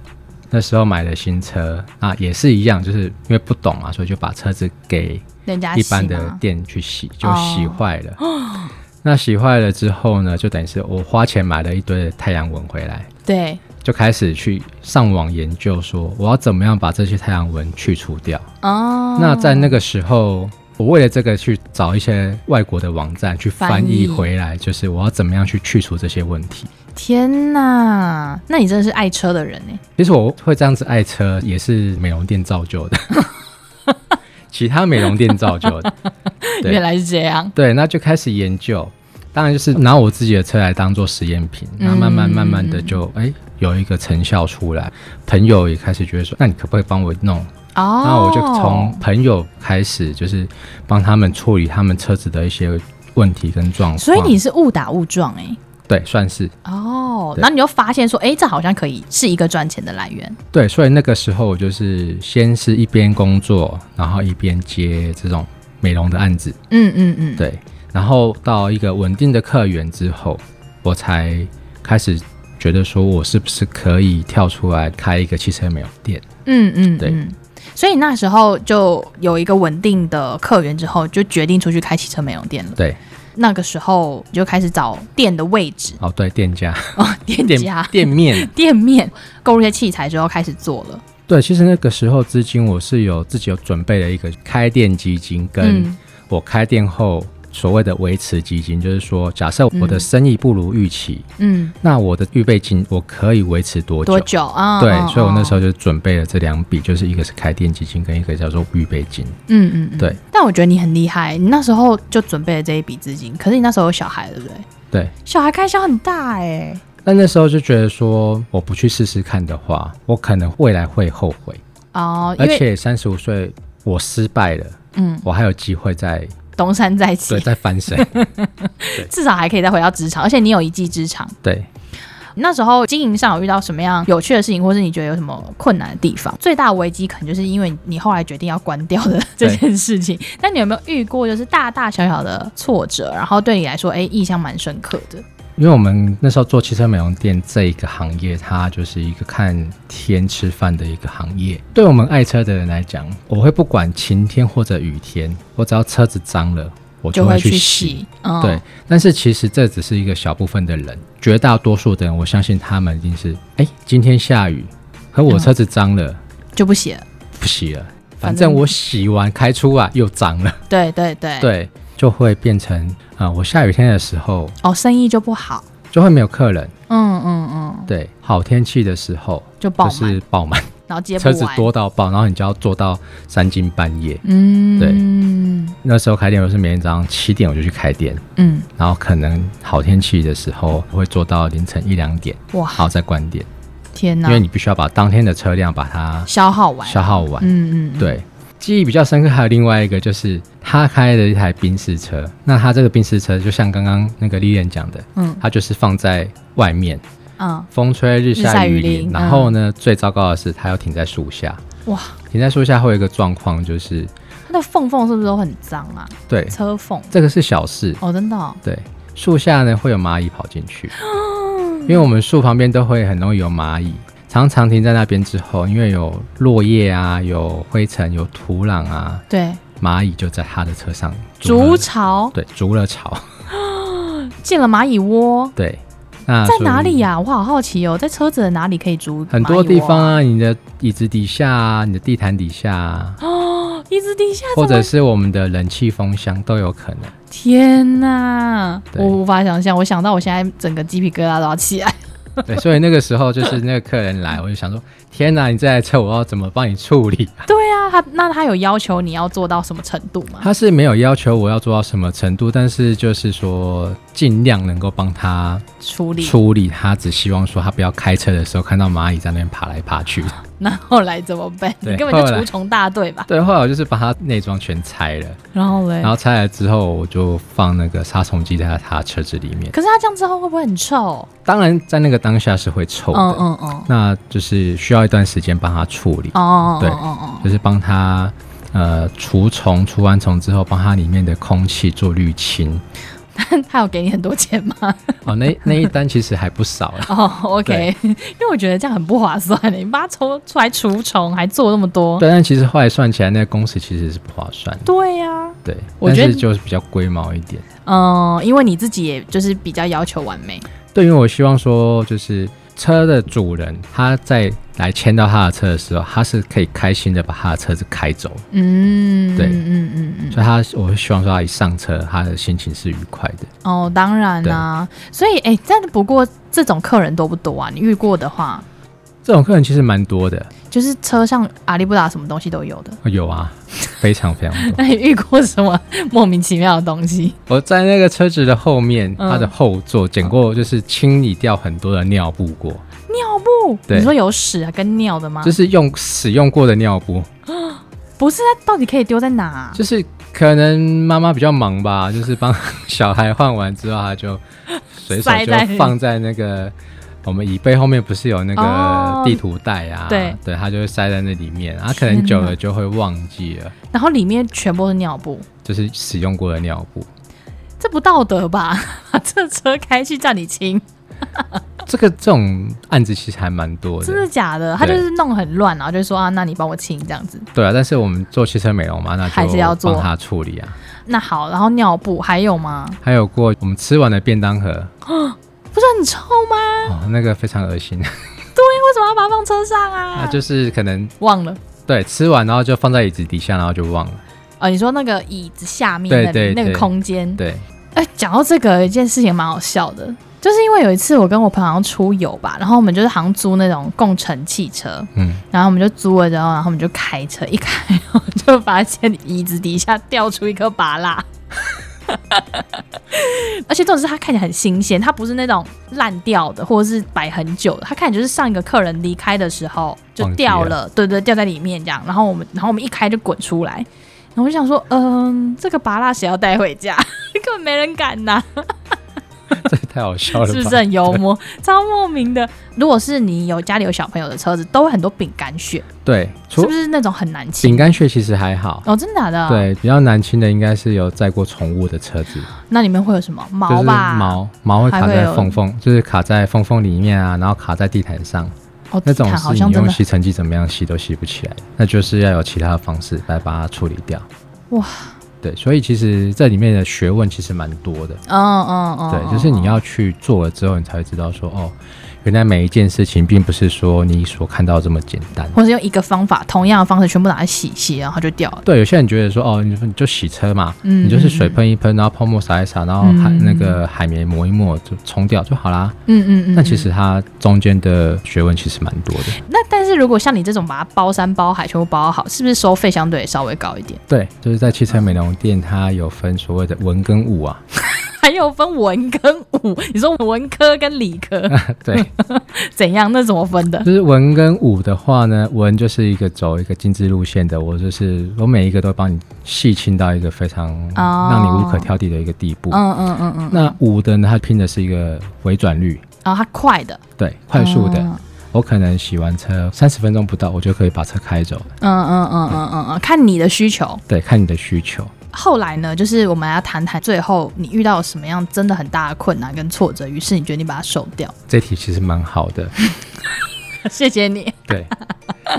[SPEAKER 2] 那时候买了新车啊，也是一样，就是因为不懂嘛，所以就把车子给
[SPEAKER 1] 人家
[SPEAKER 2] 一
[SPEAKER 1] 啊洗
[SPEAKER 2] 般的
[SPEAKER 1] 吗
[SPEAKER 2] 店去洗，就
[SPEAKER 1] 哦
[SPEAKER 2] 洗坏了。 那洗坏了之后呢，就等于是我花钱买了一堆的太阳纹回来，
[SPEAKER 1] 对，
[SPEAKER 2] 就开始去上网研究，说我要怎么样把这些太阳纹去除掉。
[SPEAKER 1] 哦，
[SPEAKER 2] 那在那个时候，我为了这个去找一些外国的网站去翻
[SPEAKER 1] 翻译
[SPEAKER 2] 译回来，就是我要怎么样去去除这些问题。
[SPEAKER 1] 天哪，那你真的是爱车的人欸呢、
[SPEAKER 2] 其实我会这样子爱车，也是美容店造 就的，其他美容店造就的。 对
[SPEAKER 1] 原来是这样，
[SPEAKER 2] 对，那就开始研究，当然就是拿我自己的车来当做实验品，
[SPEAKER 1] 嗯
[SPEAKER 2] 然后慢慢慢慢的就哎、有一个成效出来，朋友也开始觉得说，那你可不可以帮我弄？
[SPEAKER 1] 哦，
[SPEAKER 2] 那我就从朋友开始，就是帮他们处理他们车子的一些问题跟状况。
[SPEAKER 1] 所以你是误打误撞哎、
[SPEAKER 2] 对算是
[SPEAKER 1] 哦，
[SPEAKER 2] 对
[SPEAKER 1] 然后你就发现说，哎、这好像可以是一个赚钱的来源，
[SPEAKER 2] 对，所以那个时候我就是先是一边工作，然后一边接这种美容的案子，
[SPEAKER 1] 嗯嗯嗯，
[SPEAKER 2] 对，然后到一个稳定的客源之后，我才开始觉得说我是不是可以跳出来开一个汽车美容店。
[SPEAKER 1] 嗯嗯，
[SPEAKER 2] 对
[SPEAKER 1] 嗯。所以那时候就有一个稳定的客源之后，就决定出去开汽车美容店了。
[SPEAKER 2] 对，
[SPEAKER 1] 那个时候你就开始找店的位置
[SPEAKER 2] 哦，对，店家、
[SPEAKER 1] 哦，店
[SPEAKER 2] 店
[SPEAKER 1] 家、
[SPEAKER 2] 店面，
[SPEAKER 1] 店面，购入一些器材之后开始做了。
[SPEAKER 2] 对，其实那个时候资金我是有自己有准备了一个开店基金，跟
[SPEAKER 1] 嗯
[SPEAKER 2] 我开店后所谓的维持基金，就是说，假设我的
[SPEAKER 1] 嗯
[SPEAKER 2] 生意不如预期，
[SPEAKER 1] 嗯，
[SPEAKER 2] 那我的预备金我可以维持多久？
[SPEAKER 1] 多久啊？
[SPEAKER 2] 对，
[SPEAKER 1] 嗯
[SPEAKER 2] 所以我那时，
[SPEAKER 1] 嗯
[SPEAKER 2] 候就准备了这两笔，就是一个是开店基金，跟一个叫做预备金。
[SPEAKER 1] 嗯嗯嗯，
[SPEAKER 2] 对。
[SPEAKER 1] 但我觉得你很厉害，你那时候就准备了这一笔资金，可是你那时候有小孩，对不对？
[SPEAKER 2] 对，
[SPEAKER 1] 小孩开销很大哎、
[SPEAKER 2] 但那时候就觉得说，我不去试试看的话，我可能未来会后悔。
[SPEAKER 1] 哦，因
[SPEAKER 2] 而
[SPEAKER 1] 为
[SPEAKER 2] 且三十五岁我失败了，
[SPEAKER 1] 嗯，
[SPEAKER 2] 我还有机 会再
[SPEAKER 1] 东山再起
[SPEAKER 2] 对，再翻身。
[SPEAKER 1] 至少还可以再回到职场，而且你有一技之长。
[SPEAKER 2] 对，
[SPEAKER 1] 那时候经营上有遇到什么样有趣的事情，或是你觉得有什么困难的地方？最大的危机可能就是因为你后来决定要关掉的 这件事情。那你有没有遇过就是大大小小的挫折，然后对你来说，哎、印象蛮深刻的？
[SPEAKER 2] 因为我们那时候做汽车美容店这一个行业，它就是一个看天吃饭的一个行业。对我们爱车的人来讲，我会不管晴天或者雨天，我只要车子脏了，我
[SPEAKER 1] 就
[SPEAKER 2] 会
[SPEAKER 1] 会去
[SPEAKER 2] 洗。
[SPEAKER 1] 洗，嗯，
[SPEAKER 2] 对，，但是其实这只是一个小部分的人，绝大多数的人，我相信他们一定是，哎、今天下雨，可我车子脏了，
[SPEAKER 1] 就不洗了。
[SPEAKER 2] 不洗了，
[SPEAKER 1] 反
[SPEAKER 2] 反
[SPEAKER 1] 正
[SPEAKER 2] 正我洗完开出来又脏了，
[SPEAKER 1] 对对对，
[SPEAKER 2] 对，就会变成啊、呃我下雨天的时候
[SPEAKER 1] 哦，生意就不好，
[SPEAKER 2] 就会没有客人，
[SPEAKER 1] 嗯嗯嗯，
[SPEAKER 2] 对，好天气的时候
[SPEAKER 1] 就爆
[SPEAKER 2] 就
[SPEAKER 1] 满，
[SPEAKER 2] 是爆满，
[SPEAKER 1] 然后接不
[SPEAKER 2] 车
[SPEAKER 1] 完，
[SPEAKER 2] 子多到爆，然后你就要做到三更半夜。
[SPEAKER 1] 嗯，
[SPEAKER 2] 对
[SPEAKER 1] 嗯
[SPEAKER 2] 那时候开店我是每天早上七点我就去开店，
[SPEAKER 1] 嗯，
[SPEAKER 2] 然后可能好天气的时候会做到凌晨一两点，
[SPEAKER 1] 哇，
[SPEAKER 2] 然后再关店。
[SPEAKER 1] 天
[SPEAKER 2] 因
[SPEAKER 1] 哪
[SPEAKER 2] 为，你必须要把当天的车辆把它
[SPEAKER 1] 消耗完，
[SPEAKER 2] 消耗完。
[SPEAKER 1] 嗯嗯，
[SPEAKER 2] 对，记忆比较深刻还有另外一个就是他开的一台宾士车，那他这个宾士车就像刚刚那个丽燕讲的，
[SPEAKER 1] 嗯
[SPEAKER 2] 他就是放在外面，
[SPEAKER 1] 嗯，
[SPEAKER 2] 风吹日
[SPEAKER 1] 日晒
[SPEAKER 2] 晒雨
[SPEAKER 1] 雨淋嗯
[SPEAKER 2] 淋，然后呢，最糟糕的是他要停在树下，
[SPEAKER 1] 哇，
[SPEAKER 2] 停在树下会有一个状况就是，
[SPEAKER 1] 它的缝缝是不是都很脏啊？
[SPEAKER 2] 对，
[SPEAKER 1] 车缝
[SPEAKER 2] 这个是小事，
[SPEAKER 1] 哦，真的哦，
[SPEAKER 2] 对，树下呢会有蚂蚁跑进去，因为我们树旁边都会很容易有蚂蚁，常常停在那边之后，因为有落叶啊、有灰尘、有土壤啊，
[SPEAKER 1] 对，
[SPEAKER 2] 蚂蚁就在他的车上
[SPEAKER 1] 筑
[SPEAKER 2] 了
[SPEAKER 1] 巢
[SPEAKER 2] 对，筑了巢，
[SPEAKER 1] 进了蚂蚁窝，
[SPEAKER 2] 对，那
[SPEAKER 1] 在
[SPEAKER 2] 所以
[SPEAKER 1] 哪里呀、我好好奇哦，在车子的哪里可以筑？
[SPEAKER 2] 很多地方，啊，你的椅子底下啊，你的地毯底下啊，
[SPEAKER 1] 哦一直地下
[SPEAKER 2] 或
[SPEAKER 1] 怎
[SPEAKER 2] 者
[SPEAKER 1] 么？
[SPEAKER 2] 是我们的冷气风箱都有可能。
[SPEAKER 1] 天哪，
[SPEAKER 2] 对
[SPEAKER 1] 我无法想象，我想到我现在整个鸡皮疙瘩都要起 来。
[SPEAKER 2] 对，所以那个时候就是那个客人来，我就想说，天哪，你这台车我要怎么帮你处理啊？
[SPEAKER 1] 对啊，他那他有要求你要做到什么程度吗？
[SPEAKER 2] 他是没有要求我要做到什么程度，但是就是说尽量能够帮他
[SPEAKER 1] 处理。
[SPEAKER 2] 处理，他只希望说他不要开车的时候看到蚂蚁在那边爬来爬去。
[SPEAKER 1] 那后来怎么办？
[SPEAKER 2] 对
[SPEAKER 1] 你根本就
[SPEAKER 2] 后来
[SPEAKER 1] 除虫大队吧。
[SPEAKER 2] 对，后来我就是把他内装全拆了，
[SPEAKER 1] 然后嘞
[SPEAKER 2] 然，后拆了之后我就放那个杀虫剂在他的车子里面。
[SPEAKER 1] 可是他这样之后会不会很臭？
[SPEAKER 2] 当然，在那个当下是会臭的，
[SPEAKER 1] 嗯嗯嗯，
[SPEAKER 2] 那就是需要一段时间帮他处理，
[SPEAKER 1] 哦，
[SPEAKER 2] 对
[SPEAKER 1] 哦哦哦，
[SPEAKER 2] 就是帮他呃除虫，除完虫之后，帮他里面的空气做滤清。
[SPEAKER 1] 但 他有给你很多钱吗？。
[SPEAKER 2] 哦，那那一单其实还不少啊了
[SPEAKER 1] 哦，OK，因为我觉得这样很不划算的，你把它抽出来除虫，还做那么多。
[SPEAKER 2] 对，但其实后来算起来，那个工时其实是不划算的。
[SPEAKER 1] 对呀、
[SPEAKER 2] 对，
[SPEAKER 1] 我
[SPEAKER 2] 但
[SPEAKER 1] 觉得
[SPEAKER 2] 是就是比较龟毛一点。
[SPEAKER 1] 嗯，因为你自己也就是比较要求完美，
[SPEAKER 2] 对，因为我希望说，就是车的主人他在来签到他的车的时候，他是可以开心的把他的车子开走，
[SPEAKER 1] 嗯，
[SPEAKER 2] 对
[SPEAKER 1] 嗯嗯嗯，
[SPEAKER 2] 所以他我会希望说他一上车，他的心情是愉快的。
[SPEAKER 1] 哦，当然啦、所以哎，但不过这种客人多不多啊？你遇过的话，
[SPEAKER 2] 这种客人其实蛮多的，
[SPEAKER 1] 就是车上阿里不达什么东西都有的。
[SPEAKER 2] 有啊，非常非常多。
[SPEAKER 1] 那你遇过什么莫名其妙的东西？
[SPEAKER 2] 我在那个车子的后面，
[SPEAKER 1] 嗯
[SPEAKER 2] 它的后座捡过，就是清理掉很多的尿布过，
[SPEAKER 1] 尿布？
[SPEAKER 2] 对
[SPEAKER 1] 你说有屎啊跟尿的吗？
[SPEAKER 2] 就是用使用过的尿布，
[SPEAKER 1] 不是，它到底可以丢在哪啊、
[SPEAKER 2] 就是可能妈妈比较忙 吧，就是帮 小孩换完之后，她就随手
[SPEAKER 1] 塞在
[SPEAKER 2] 就放在那个。我们椅背后面不是有那
[SPEAKER 1] 哦
[SPEAKER 2] 个地图袋啊？
[SPEAKER 1] 对
[SPEAKER 2] 对，它就会塞在那里面，啊，可
[SPEAKER 1] 天
[SPEAKER 2] 能久
[SPEAKER 1] 哪
[SPEAKER 2] 了就会忘记了，
[SPEAKER 1] 然后里面全部都是尿布。
[SPEAKER 2] 就是使用过的尿布。
[SPEAKER 1] 这不道德吧？ 把这车开去叫你亲，
[SPEAKER 2] 这个这种案子其实还蛮多的，
[SPEAKER 1] 真的假的？他就
[SPEAKER 2] 对
[SPEAKER 1] 是弄很乱，然后就说啊，那你帮我亲这样子。
[SPEAKER 2] 对啊，但是我们做汽车美容嘛，那就
[SPEAKER 1] 还是要做
[SPEAKER 2] 帮他处理啊。
[SPEAKER 1] 那好，然后尿布还有吗？
[SPEAKER 2] 还有过我们吃完的便当盒，
[SPEAKER 1] 不是很臭吗？
[SPEAKER 2] 哦，那个非常恶 心，
[SPEAKER 1] 为什么要把它放车上啊？
[SPEAKER 2] 那就是可能
[SPEAKER 1] 忘了
[SPEAKER 2] 对吃完然后就放在椅子底下，然后就忘了。
[SPEAKER 1] 哦，你说那个椅子下面
[SPEAKER 2] 对
[SPEAKER 1] 那里
[SPEAKER 2] 对
[SPEAKER 1] 那个
[SPEAKER 2] 对
[SPEAKER 1] 空间。
[SPEAKER 2] 对，
[SPEAKER 1] 哎，讲到这个，有一件事情蛮好笑的，就是因为有一次我跟我朋友好像出游吧，然后我们就是好像租那种共乘汽车，
[SPEAKER 2] 嗯，
[SPEAKER 1] 然后我们就租了之后，然后我们就开车，一开 然后就发现椅子底下掉出一颗拔蜡， 而且重点是它看起来很新鲜，它不是那种烂掉的或者是摆很久的，它看起来就是上一个客人离开的时候就掉
[SPEAKER 2] 忘记
[SPEAKER 1] 了，对对，掉在里面这样，然后我们然后我们一开就滚出来，然后我就想说，嗯，这个拔蜡谁要带回家？ 根本没人敢拿。
[SPEAKER 2] 这也太好笑了吧？
[SPEAKER 1] 是不是很幽默？超莫名的。如果是你有家里有小朋友的车子，都会很多饼干屑，
[SPEAKER 2] 对，
[SPEAKER 1] 是
[SPEAKER 2] 除
[SPEAKER 1] 不是那种很难
[SPEAKER 2] 饼
[SPEAKER 1] 清？
[SPEAKER 2] 干屑其实还好。
[SPEAKER 1] 哦，真的假的？，
[SPEAKER 2] 对，比较难清的应该是有载过宠物的车子，
[SPEAKER 1] 那里面会有什么
[SPEAKER 2] 就
[SPEAKER 1] 毛
[SPEAKER 2] 是
[SPEAKER 1] 吧？
[SPEAKER 2] 毛毛会卡
[SPEAKER 1] 还会
[SPEAKER 2] 在
[SPEAKER 1] 有
[SPEAKER 2] 缝缝，就是卡在缝缝里面啊，然后卡在地毯上，
[SPEAKER 1] 哦，
[SPEAKER 2] 那种
[SPEAKER 1] 地毯好
[SPEAKER 2] 是
[SPEAKER 1] 像
[SPEAKER 2] 你
[SPEAKER 1] 真
[SPEAKER 2] 用
[SPEAKER 1] 的
[SPEAKER 2] 吸尘器怎么样吸都吸不起来，那就是要有其他的方式来把它处理掉。
[SPEAKER 1] 哇，
[SPEAKER 2] 对，所以其实这里面的学问其实蛮多的。
[SPEAKER 1] 嗯嗯嗯，
[SPEAKER 2] 对，就是你
[SPEAKER 1] 嗯
[SPEAKER 2] 要去做了之后，你才会知道说，哦，原来每一件事情并不是说你所看到这么简单。
[SPEAKER 1] 或是用一个方法，同样的方式全部拿来洗洗，然后就掉了。
[SPEAKER 2] 对，有些人觉得说，哦，你说你就洗车嘛，
[SPEAKER 1] 嗯
[SPEAKER 2] 你就是水喷一喷，然后泡沫撒一撒，然后海、
[SPEAKER 1] 嗯
[SPEAKER 2] 那个海绵抹一抹就冲掉就好啦。
[SPEAKER 1] 嗯嗯嗯。
[SPEAKER 2] 那其实它中间的学问其实蛮多的。
[SPEAKER 1] 那但是如果像你这种把它包山包海全部包好，是不是收费相对稍微高一点？
[SPEAKER 2] 对，就是在汽车美容店，它有分所谓的文跟武啊。
[SPEAKER 1] 还又分文跟武，你说文科跟理 科
[SPEAKER 2] 对，
[SPEAKER 1] 怎样？那怎么分的？
[SPEAKER 2] 就是文跟武的话呢，文就是一个走一个精致路线的，我就是我每一个都帮你细清到一个非常
[SPEAKER 1] 哦
[SPEAKER 2] 让你无可挑剔的一个地步。
[SPEAKER 1] 嗯嗯嗯嗯，
[SPEAKER 2] 那武的呢，它拼的是一个回转率，
[SPEAKER 1] 然后它快的，
[SPEAKER 2] 对，快速的。
[SPEAKER 1] 嗯
[SPEAKER 2] 我可能洗完车三十分钟不到，我就可以把车开走了。
[SPEAKER 1] 嗯嗯嗯嗯嗯嗯，看你的需求。
[SPEAKER 2] 对，看你的需求。
[SPEAKER 1] 后来呢，就是我们要谈谈最后你遇到什么样真的很大的困难跟挫折，于是你决定把它收掉。
[SPEAKER 2] 这题其实蛮好 的，
[SPEAKER 1] 谢谢你。
[SPEAKER 2] 对，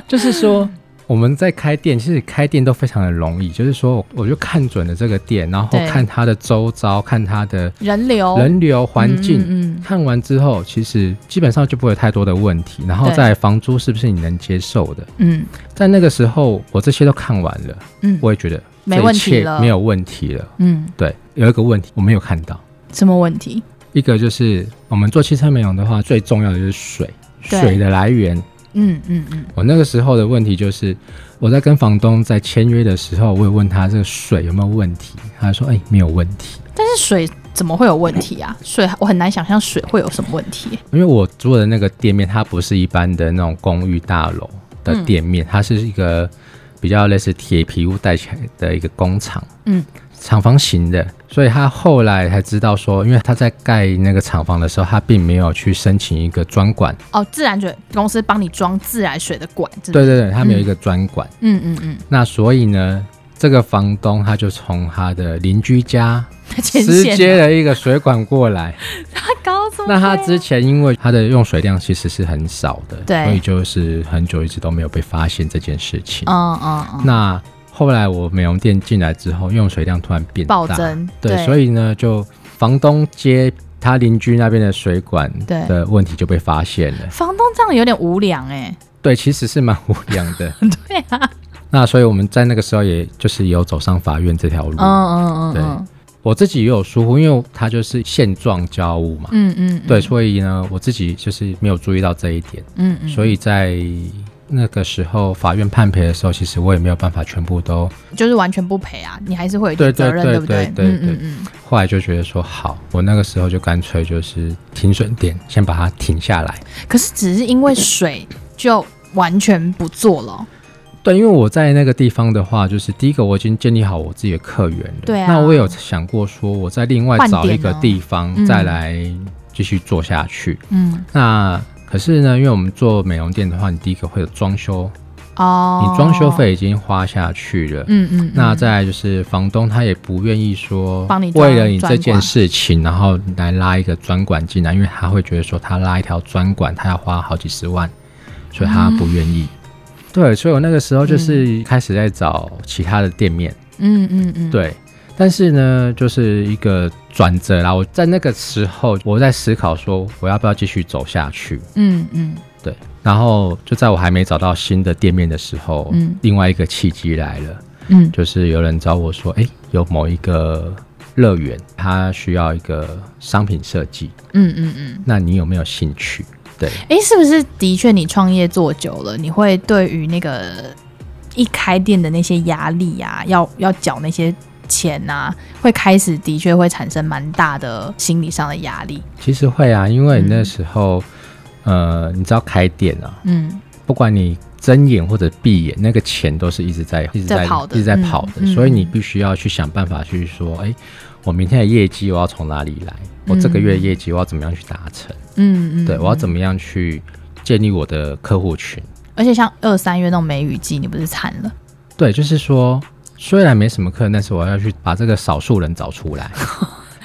[SPEAKER 2] 就是说我们在开店，其实开店都非常的容易，就是说我我就看准了这个店，然后
[SPEAKER 1] 对
[SPEAKER 2] 看它的周遭，看它的
[SPEAKER 1] 人流，
[SPEAKER 2] 人流环境。
[SPEAKER 1] 嗯嗯
[SPEAKER 2] 看完之后，其实基本上就不会有太多的问题。然后
[SPEAKER 1] 对
[SPEAKER 2] 再来房租是不是你能接受的？
[SPEAKER 1] 嗯
[SPEAKER 2] 在那个时候，我这些都看完了，
[SPEAKER 1] 嗯
[SPEAKER 2] 我也觉得
[SPEAKER 1] 没
[SPEAKER 2] 这一
[SPEAKER 1] 问题
[SPEAKER 2] 切
[SPEAKER 1] 了
[SPEAKER 2] 没有问题了。
[SPEAKER 1] 嗯，
[SPEAKER 2] 对，有一个问题我没有看到，
[SPEAKER 1] 什么问题？
[SPEAKER 2] 一个就是我们做汽车美容的话，最重要的就是水，
[SPEAKER 1] 对
[SPEAKER 2] 水的来源。
[SPEAKER 1] 嗯嗯嗯，
[SPEAKER 2] 我那个时候的问题就是，我在跟房东在签约的时候，我也问他这个水有没有问题，他说：“哎、没有问题。
[SPEAKER 1] 但是水怎么会有问题啊？水我很难想象水会有什么问题。”
[SPEAKER 2] 因为我住的那个店面，它不是一般的那种公寓大楼的店
[SPEAKER 1] 嗯
[SPEAKER 2] 面，它是一个比较类似铁皮屋带起来的一个工厂，
[SPEAKER 1] 嗯，
[SPEAKER 2] 厂房型的。所以他后来才知道说，因为他在盖那个厂房的时候，他并没有去申请一个专管，
[SPEAKER 1] 哦，自来水公司帮你装自来水的管子。
[SPEAKER 2] 对，对对，他没有一个专管。
[SPEAKER 1] 嗯嗯嗯，
[SPEAKER 2] 那所以呢，这个房东他就从他的邻居家
[SPEAKER 1] 前
[SPEAKER 2] 直
[SPEAKER 1] 线
[SPEAKER 2] 接了一个水管过来。
[SPEAKER 1] 他高中
[SPEAKER 2] 那他之前因为他的用水量其实是很少的，
[SPEAKER 1] 对
[SPEAKER 2] 所以就是很久一直都没有被发现这件事情。
[SPEAKER 1] 嗯嗯嗯，
[SPEAKER 2] 那后来我美容店进来之后，用水量突然变大
[SPEAKER 1] 暴增
[SPEAKER 2] 对，
[SPEAKER 1] 对
[SPEAKER 2] 所以呢，就房东接他邻居那边的水管
[SPEAKER 1] 对
[SPEAKER 2] 的问题就被发现了。
[SPEAKER 1] 房东这样有点无良哎、
[SPEAKER 2] 对，其实是蛮无良的。
[SPEAKER 1] 对啊，
[SPEAKER 2] 那所以我们在那个时候，也就是有走上法院这条路。
[SPEAKER 1] 嗯嗯嗯嗯
[SPEAKER 2] 我自己也有疏忽，因为它就是现状交屋嘛，
[SPEAKER 1] 嗯嗯，
[SPEAKER 2] 对，所以呢，我自己就是没有注意到这一点，
[SPEAKER 1] 嗯嗯，
[SPEAKER 2] 所以在那个时候法院判赔的时候，其实我也没有办法全部都，
[SPEAKER 1] 就是完全不赔啊，你还是会有一
[SPEAKER 2] 对
[SPEAKER 1] 点
[SPEAKER 2] 对
[SPEAKER 1] 责任，
[SPEAKER 2] 对
[SPEAKER 1] 不对？
[SPEAKER 2] 对对
[SPEAKER 1] 嗯嗯嗯，
[SPEAKER 2] 后来就觉得说好，我那个时候就干脆就是停损点，先把它停下来。
[SPEAKER 1] 可是只是因为水就完全不做了哦，
[SPEAKER 2] 对，因为我在那个地方的话，就是第一个我已经建立好我自己的客源了，
[SPEAKER 1] 对啊
[SPEAKER 2] 那我有想过说，我再另外
[SPEAKER 1] 换
[SPEAKER 2] 找一
[SPEAKER 1] 点
[SPEAKER 2] 个
[SPEAKER 1] 哦
[SPEAKER 2] 地方、
[SPEAKER 1] 嗯
[SPEAKER 2] 再来继续做下去。
[SPEAKER 1] 嗯
[SPEAKER 2] 那可是呢，因为我们做美容店的话，你第一个会有装修，
[SPEAKER 1] 哦，
[SPEAKER 2] 你装修，费已经花下去了。
[SPEAKER 1] 嗯嗯，嗯
[SPEAKER 2] 那再来就是房东他也不愿意说
[SPEAKER 1] 帮你装
[SPEAKER 2] 为了你这件事情，然后来拉一个专管进来，因为他会觉得说他拉一条专管，他要花好几十万，所以他不愿意。
[SPEAKER 1] 嗯
[SPEAKER 2] 对，所以我那个时候就是开始在找其他的店面，
[SPEAKER 1] 嗯嗯嗯，
[SPEAKER 2] 对。但是呢，就是一个转折啦。我在那个时候，我在思考说，我要不要继续走下去？
[SPEAKER 1] 嗯嗯
[SPEAKER 2] 对，然后就在我还没找到新的店面的时候，
[SPEAKER 1] 嗯
[SPEAKER 2] 另外一个契机来了，
[SPEAKER 1] 嗯
[SPEAKER 2] 就是有人找我说，哎，有某一个乐园，它需要一个商品设计，
[SPEAKER 1] 嗯嗯嗯，
[SPEAKER 2] 那你有没有兴趣？对，
[SPEAKER 1] 哎、是不是的确你创业做久了，你会对于那个一开店的那些压力啊，要要缴那些钱啊，会开始的确会产生蛮大的心理上的压力，
[SPEAKER 2] 其实会啊，因为你那时候，呃，你知道开店啊，
[SPEAKER 1] 嗯。
[SPEAKER 2] 不管你睁眼或者闭眼，那个钱都是一直在一直
[SPEAKER 1] 在跑的
[SPEAKER 2] 一直在跑的，
[SPEAKER 1] 嗯嗯
[SPEAKER 2] 所以你必须要去想办法去说，哎，我明天的业绩我要从哪里来？我这个
[SPEAKER 1] 嗯
[SPEAKER 2] 月的业绩我要怎么样去达成？
[SPEAKER 1] 嗯嗯，
[SPEAKER 2] 对，我要怎么样去建立我的客户群？
[SPEAKER 1] 而且像二三月那种梅雨季，你不是惨了？
[SPEAKER 2] 对，就是说，虽然没什么客人，但是我要去把这个少数人找出 来。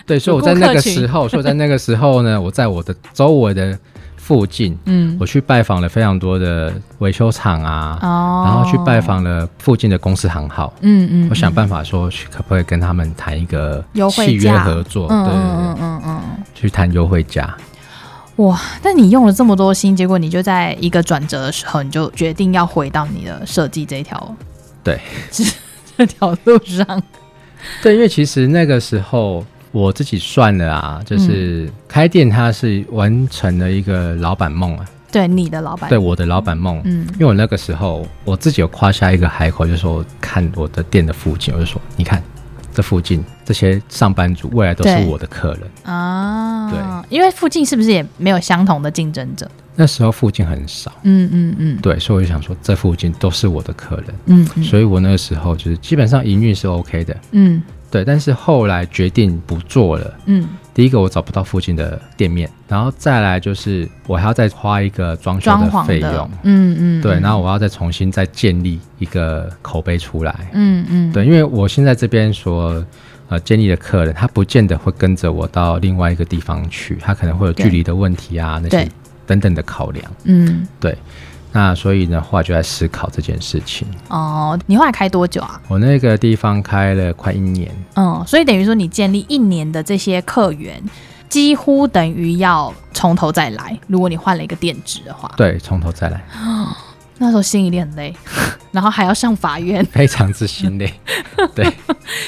[SPEAKER 2] 对，所以我在那个时候，所以在那个时候呢，我在我的周围的附近，
[SPEAKER 1] 嗯，
[SPEAKER 2] 我去拜访了非常多的维修厂啊，
[SPEAKER 1] 哦，
[SPEAKER 2] 然后去拜，访了附近的公司行号。
[SPEAKER 1] 嗯嗯，
[SPEAKER 2] 我想办法说，去可不可以跟他们谈一个
[SPEAKER 1] 优
[SPEAKER 2] 契
[SPEAKER 1] 惠
[SPEAKER 2] 约
[SPEAKER 1] 价
[SPEAKER 2] 合作？
[SPEAKER 1] 嗯
[SPEAKER 2] 对对
[SPEAKER 1] 嗯
[SPEAKER 2] 对，
[SPEAKER 1] 嗯嗯嗯，
[SPEAKER 2] 去谈优惠价。
[SPEAKER 1] 哇！但你用了这么多心，结果你就在一个转折的时候，你就决定要回到你的设计这一条
[SPEAKER 2] 对
[SPEAKER 1] 这条路上，
[SPEAKER 2] 对，因为其实那个时候我自己算了啊，
[SPEAKER 1] 嗯
[SPEAKER 2] 就是开店，它是完成了一个老板梦啊，
[SPEAKER 1] 对你的老板，
[SPEAKER 2] 对，我的老板梦。
[SPEAKER 1] 嗯
[SPEAKER 2] 因为我那个时候我自己有夸下一个海口，就是说我看我的店的附近，我就说你看这附近这些上班族未来都
[SPEAKER 1] 对
[SPEAKER 2] 是我的客人。
[SPEAKER 1] 啊，对，因为附近是不是也没有相同的竞争者？
[SPEAKER 2] 那时候附近很少，
[SPEAKER 1] 嗯嗯嗯
[SPEAKER 2] 对，所以我就想说这附近都是我的客人，
[SPEAKER 1] 嗯嗯
[SPEAKER 2] 所以我那个时候就是基本上营运是 OK 的，
[SPEAKER 1] 嗯
[SPEAKER 2] 对。但是后来决定不做了，
[SPEAKER 1] 嗯，
[SPEAKER 2] 第一个我找不到附近的店面，然后再来就是我还要再花一个装修
[SPEAKER 1] 装
[SPEAKER 2] 的
[SPEAKER 1] 潢
[SPEAKER 2] 费
[SPEAKER 1] 的
[SPEAKER 2] 用，，
[SPEAKER 1] 嗯嗯，
[SPEAKER 2] 对，
[SPEAKER 1] 嗯
[SPEAKER 2] 然后我要再重新再建立一个口碑出来，
[SPEAKER 1] 嗯嗯，
[SPEAKER 2] 对，因为我现在这边所呃建立的客人，他不见得会跟着我到另外一个地方去，他可能会有距离的问题啊，那些
[SPEAKER 1] 对
[SPEAKER 2] 等等的考量。
[SPEAKER 1] 嗯
[SPEAKER 2] 那所以呢，后来就在思考这件事情。
[SPEAKER 1] 哦，你后来开多久啊？
[SPEAKER 2] 我那个地方开了快一年，
[SPEAKER 1] 嗯，所以等于说你建立一年的这些客源，几乎等于要从头再来。如果你换了一个店址的话，
[SPEAKER 2] 对，从头再来，
[SPEAKER 1] 那时候心一定很累， 然后还要上法 院，
[SPEAKER 2] 非常之 心累。对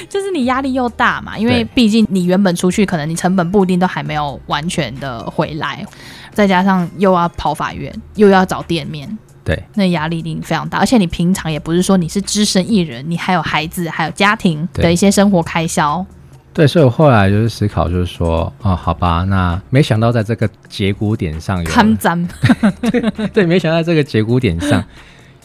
[SPEAKER 1] 就是你压力又大嘛，因为
[SPEAKER 2] 对
[SPEAKER 1] 毕竟你原本出去，可能你成本不一定都还没有完全的回来，再加上又要跑法院，又要找店面，
[SPEAKER 2] 对
[SPEAKER 1] 那压力一定非常大。而且你平常也不是说你是只身一人，你还有孩子，还有家庭
[SPEAKER 2] 对
[SPEAKER 1] 的一些生活开销。
[SPEAKER 2] 对，所以我后来就是思考，就是说，哦、好吧，那没想到在这个节骨点上有，
[SPEAKER 1] 看脏，
[SPEAKER 2] 对，没想到在这个节骨 点上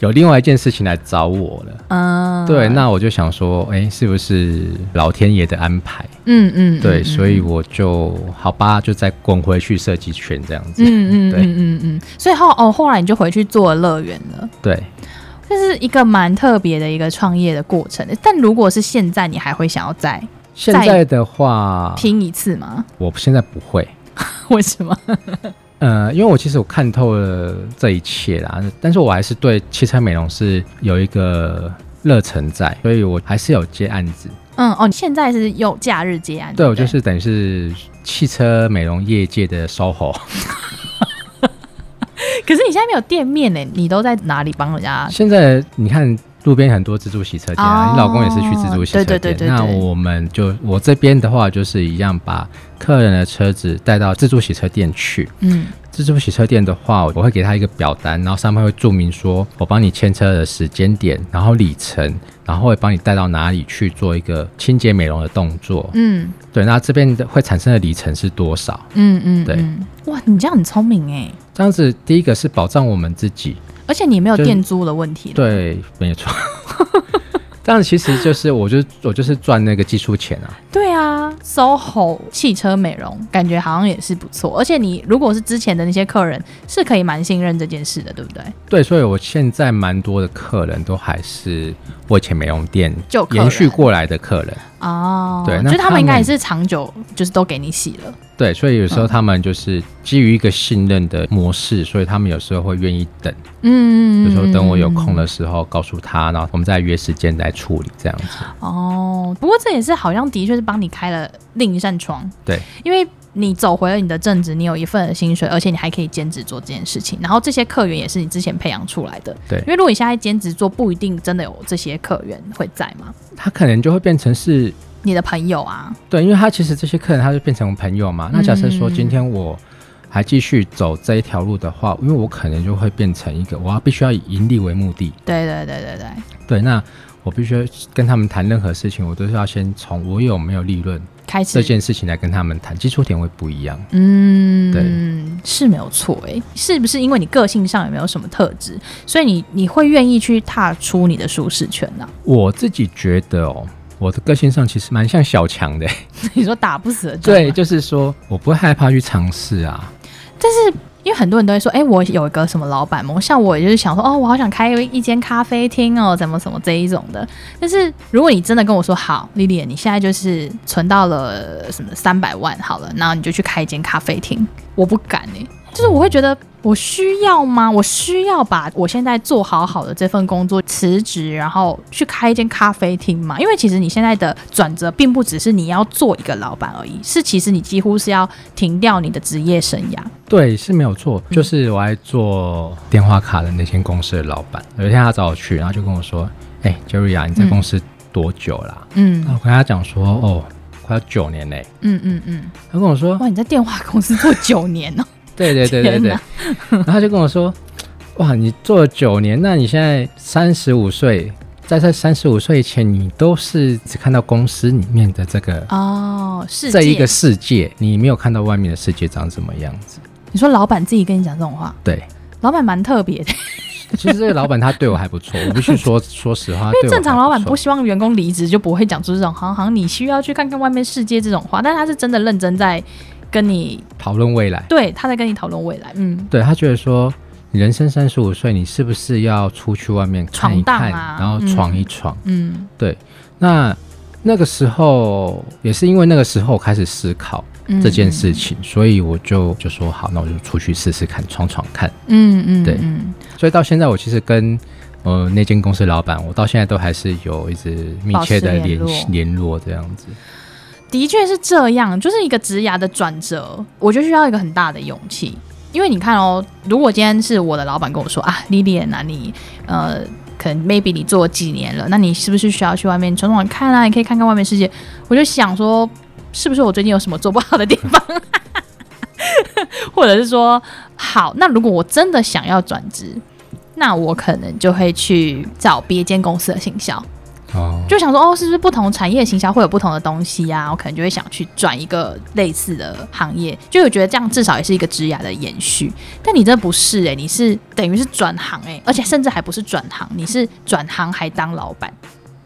[SPEAKER 2] 有另外一件事情来找我了。
[SPEAKER 1] 嗯，
[SPEAKER 2] 对，那我就想说，哎、是不是老天爷的安排？
[SPEAKER 1] 嗯嗯，
[SPEAKER 2] 对，
[SPEAKER 1] 嗯
[SPEAKER 2] 所以我就好吧，就再滚回去设计圈这样子。
[SPEAKER 1] 嗯嗯
[SPEAKER 2] 对
[SPEAKER 1] 嗯嗯嗯，所以后哦，后来你就回去做乐园了，
[SPEAKER 2] 对，
[SPEAKER 1] 这是一个蛮特别的一个创业的过程。但如果是现在，你还会想要再
[SPEAKER 2] 现
[SPEAKER 1] 再
[SPEAKER 2] 在的话，
[SPEAKER 1] 拼一次吗？
[SPEAKER 2] 我现在不会。
[SPEAKER 1] 为什么？
[SPEAKER 2] 呃，因为我其实我看透了这一切啦，但是我还是对汽车美容是有一个热忱在，所以我还是有接案子。
[SPEAKER 1] 嗯哦，你现在是用假日接案，
[SPEAKER 2] 对啊
[SPEAKER 1] 不
[SPEAKER 2] 我就是等于是汽车美容业界 的 SOHO，
[SPEAKER 1] 可是你现在没有店面呢，你都在哪里帮人家？
[SPEAKER 2] 现在你看路边很多自助洗车店啊，
[SPEAKER 1] 哦
[SPEAKER 2] 你老公也是去自助洗车店。
[SPEAKER 1] 对对对对对
[SPEAKER 2] 那我们就我这边的话，就是一样把客人的车子带到自助洗车店去。
[SPEAKER 1] 嗯
[SPEAKER 2] 自助洗车店的话，我会给他一个表单，然后上面会注明说我帮你牵车的时间点，然后里程，然后会帮你带到哪里去做一个清洁美容的动作。
[SPEAKER 1] 嗯
[SPEAKER 2] 对，那这边的会产生的里程是多少？
[SPEAKER 1] 嗯嗯，
[SPEAKER 2] 对
[SPEAKER 1] 嗯，哇，你这样很聪明哎，
[SPEAKER 2] 这样子，第一个是保障我们自己，
[SPEAKER 1] 而且你没有
[SPEAKER 2] 就是
[SPEAKER 1] 店租的问题，，
[SPEAKER 2] 对，没错。这样其实就是我就我就是赚那个技术钱啊，
[SPEAKER 1] 对啊，SOHO 汽车美容感觉好像也是不错，而且你如果是之前的那些客人，是可以蛮信任这件事的，对不对？
[SPEAKER 2] 对，所以我现在蛮多的客人都还是我以前美容店
[SPEAKER 1] 旧客人
[SPEAKER 2] 延续过来的客人，
[SPEAKER 1] 哦，
[SPEAKER 2] 对那
[SPEAKER 1] 就是他
[SPEAKER 2] 他
[SPEAKER 1] 们应该
[SPEAKER 2] 们
[SPEAKER 1] 也是长久，就是都给你洗了，
[SPEAKER 2] 对，所以有
[SPEAKER 1] 嗯
[SPEAKER 2] 时候他们就是基于一个信任的模式，所以他们有时候会愿意等，
[SPEAKER 1] 嗯，
[SPEAKER 2] 有时候等我有空的时候告诉他，然后我们再约时间来处理这样子，
[SPEAKER 1] 哦，不过这也是好像的确是帮你开了另一扇窗，
[SPEAKER 2] 对，
[SPEAKER 1] 因为你走回了你的正职，你有一份的薪水，而且你还可以兼职做这件事情，然后这些客源也是你之前培养出来的，
[SPEAKER 2] 对
[SPEAKER 1] 因为如果你现在兼职做，不一定真的有这些客源会在嘛，
[SPEAKER 2] 他可能就会变成是
[SPEAKER 1] 你的朋友啊，
[SPEAKER 2] 对，因为他其实这些客人他就变成朋友嘛。那假设说今天我还继续走这一条路的话，因为我可能就会变成一个我要必须要以盈利为目的。
[SPEAKER 1] 对对对对对，
[SPEAKER 2] 对，那我必须跟他们谈任何事情，我都是要先从我有没有利润
[SPEAKER 1] 开始
[SPEAKER 2] 这件事情来跟他们谈，基础点会不一样。
[SPEAKER 1] 嗯，
[SPEAKER 2] 对，
[SPEAKER 1] 是没有错诶，是不是因为你个性上有没有什么特质，所以你你会愿意去踏出你的舒适圈啊呢、
[SPEAKER 2] 我自己觉得哦。我的个性上其实蛮像小强 的，
[SPEAKER 1] 你说打不死的仗吗
[SPEAKER 2] 对，就是说我不会害怕去尝试啊，
[SPEAKER 1] 因为很多人都会说，哎、我有一个什么老板梦，像我也就是想说，哦，我好想开一间咖啡厅哦，怎么什么这一种的。但是如果你真的跟我说，好，莉莉，你现在就是存到了什么三百万好了，然后你就去开一间咖啡厅，我不敢哎、就是我会觉得我需要吗？我需要把我现在做好好的这份工作辞职，然后去开一间咖啡厅吗？因为其实你现在的转折并不只是你要做一个老板而已，是其实你几乎是要停掉你的职业生涯。
[SPEAKER 2] 对，是没有错，
[SPEAKER 1] 嗯
[SPEAKER 2] 就是我爱做电话卡的那间公司的老板。有一天他找我去，然后就跟我说：“哎、杰 j e r r y 啊，你在公司多久啦、
[SPEAKER 1] 嗯
[SPEAKER 2] 那我跟他讲说：“哦，快要九年嘞、
[SPEAKER 1] 嗯嗯嗯，
[SPEAKER 2] 他跟我说
[SPEAKER 1] 哇，你在电话公司做九年哦、：“
[SPEAKER 2] 对对对对
[SPEAKER 1] 天
[SPEAKER 2] 对。
[SPEAKER 1] 哪”
[SPEAKER 2] 然后他就跟我说：“哇，你做了九年，那你现在三十五岁，在这三十五岁以前，你都是只看到公司里面的这个
[SPEAKER 1] 哦，是
[SPEAKER 2] 这一个世界，你没有看到外面的世界长什么样子。
[SPEAKER 1] 你说老板自己跟你讲这种话，
[SPEAKER 2] 对，
[SPEAKER 1] 老板蛮特别的，因
[SPEAKER 2] 其实这个老板他对我还不错，我必须 说说实话，
[SPEAKER 1] 为
[SPEAKER 2] 对我
[SPEAKER 1] 正常
[SPEAKER 2] 还
[SPEAKER 1] 老板
[SPEAKER 2] 错
[SPEAKER 1] 不希望员工离职，就不会讲出这种行行你需要去看看外面世界这种话，但他是真的认真在跟你，
[SPEAKER 2] 讨论未来，
[SPEAKER 1] 对，他在跟你讨论未来，嗯，
[SPEAKER 2] 对他觉得说，你人生三十五岁，你是不是要出去外面看
[SPEAKER 1] 闯
[SPEAKER 2] 一
[SPEAKER 1] 荡
[SPEAKER 2] 看，
[SPEAKER 1] 啊
[SPEAKER 2] 然后
[SPEAKER 1] 嗯
[SPEAKER 2] 闯一闯？
[SPEAKER 1] 嗯
[SPEAKER 2] 对，那那个时候也是因为那个时候我开始思考
[SPEAKER 1] 嗯
[SPEAKER 2] 这件，事情，所以我就就说好，那我就出去试试看，闯闯看。
[SPEAKER 1] 嗯嗯，
[SPEAKER 2] 对
[SPEAKER 1] 嗯
[SPEAKER 2] 所以到现在，我其实跟呃那间公司老板，我到现在都还是有一直密切的
[SPEAKER 1] 保持联
[SPEAKER 2] 联
[SPEAKER 1] 络
[SPEAKER 2] 联络这样子。
[SPEAKER 1] 的确是这样，就是一个职涯的转折，我觉得需要一个很大的勇气，因为你看哦，如果今天是我的老板跟我说啊，Lilian 啊，你呃，可能 maybe 你做几年了，那你是不是需要去外面闯闯看啊？你可以看看外面世界。我就想说，是不是我最近有什么做不好的地方？ 或者是说，好，那如果我真的想要转职，那我可能就会去找别间公司的行销。
[SPEAKER 2] 哦，
[SPEAKER 1] 就想说哦，是不是不同产业行销会有不同的东西啊？我可能就会想去转一个类似的行业，就我觉得这样至少也是一个职涯的延续。但你这不是诶、你是等于是转行诶、而且甚至还不是转行，你是转行还当老板。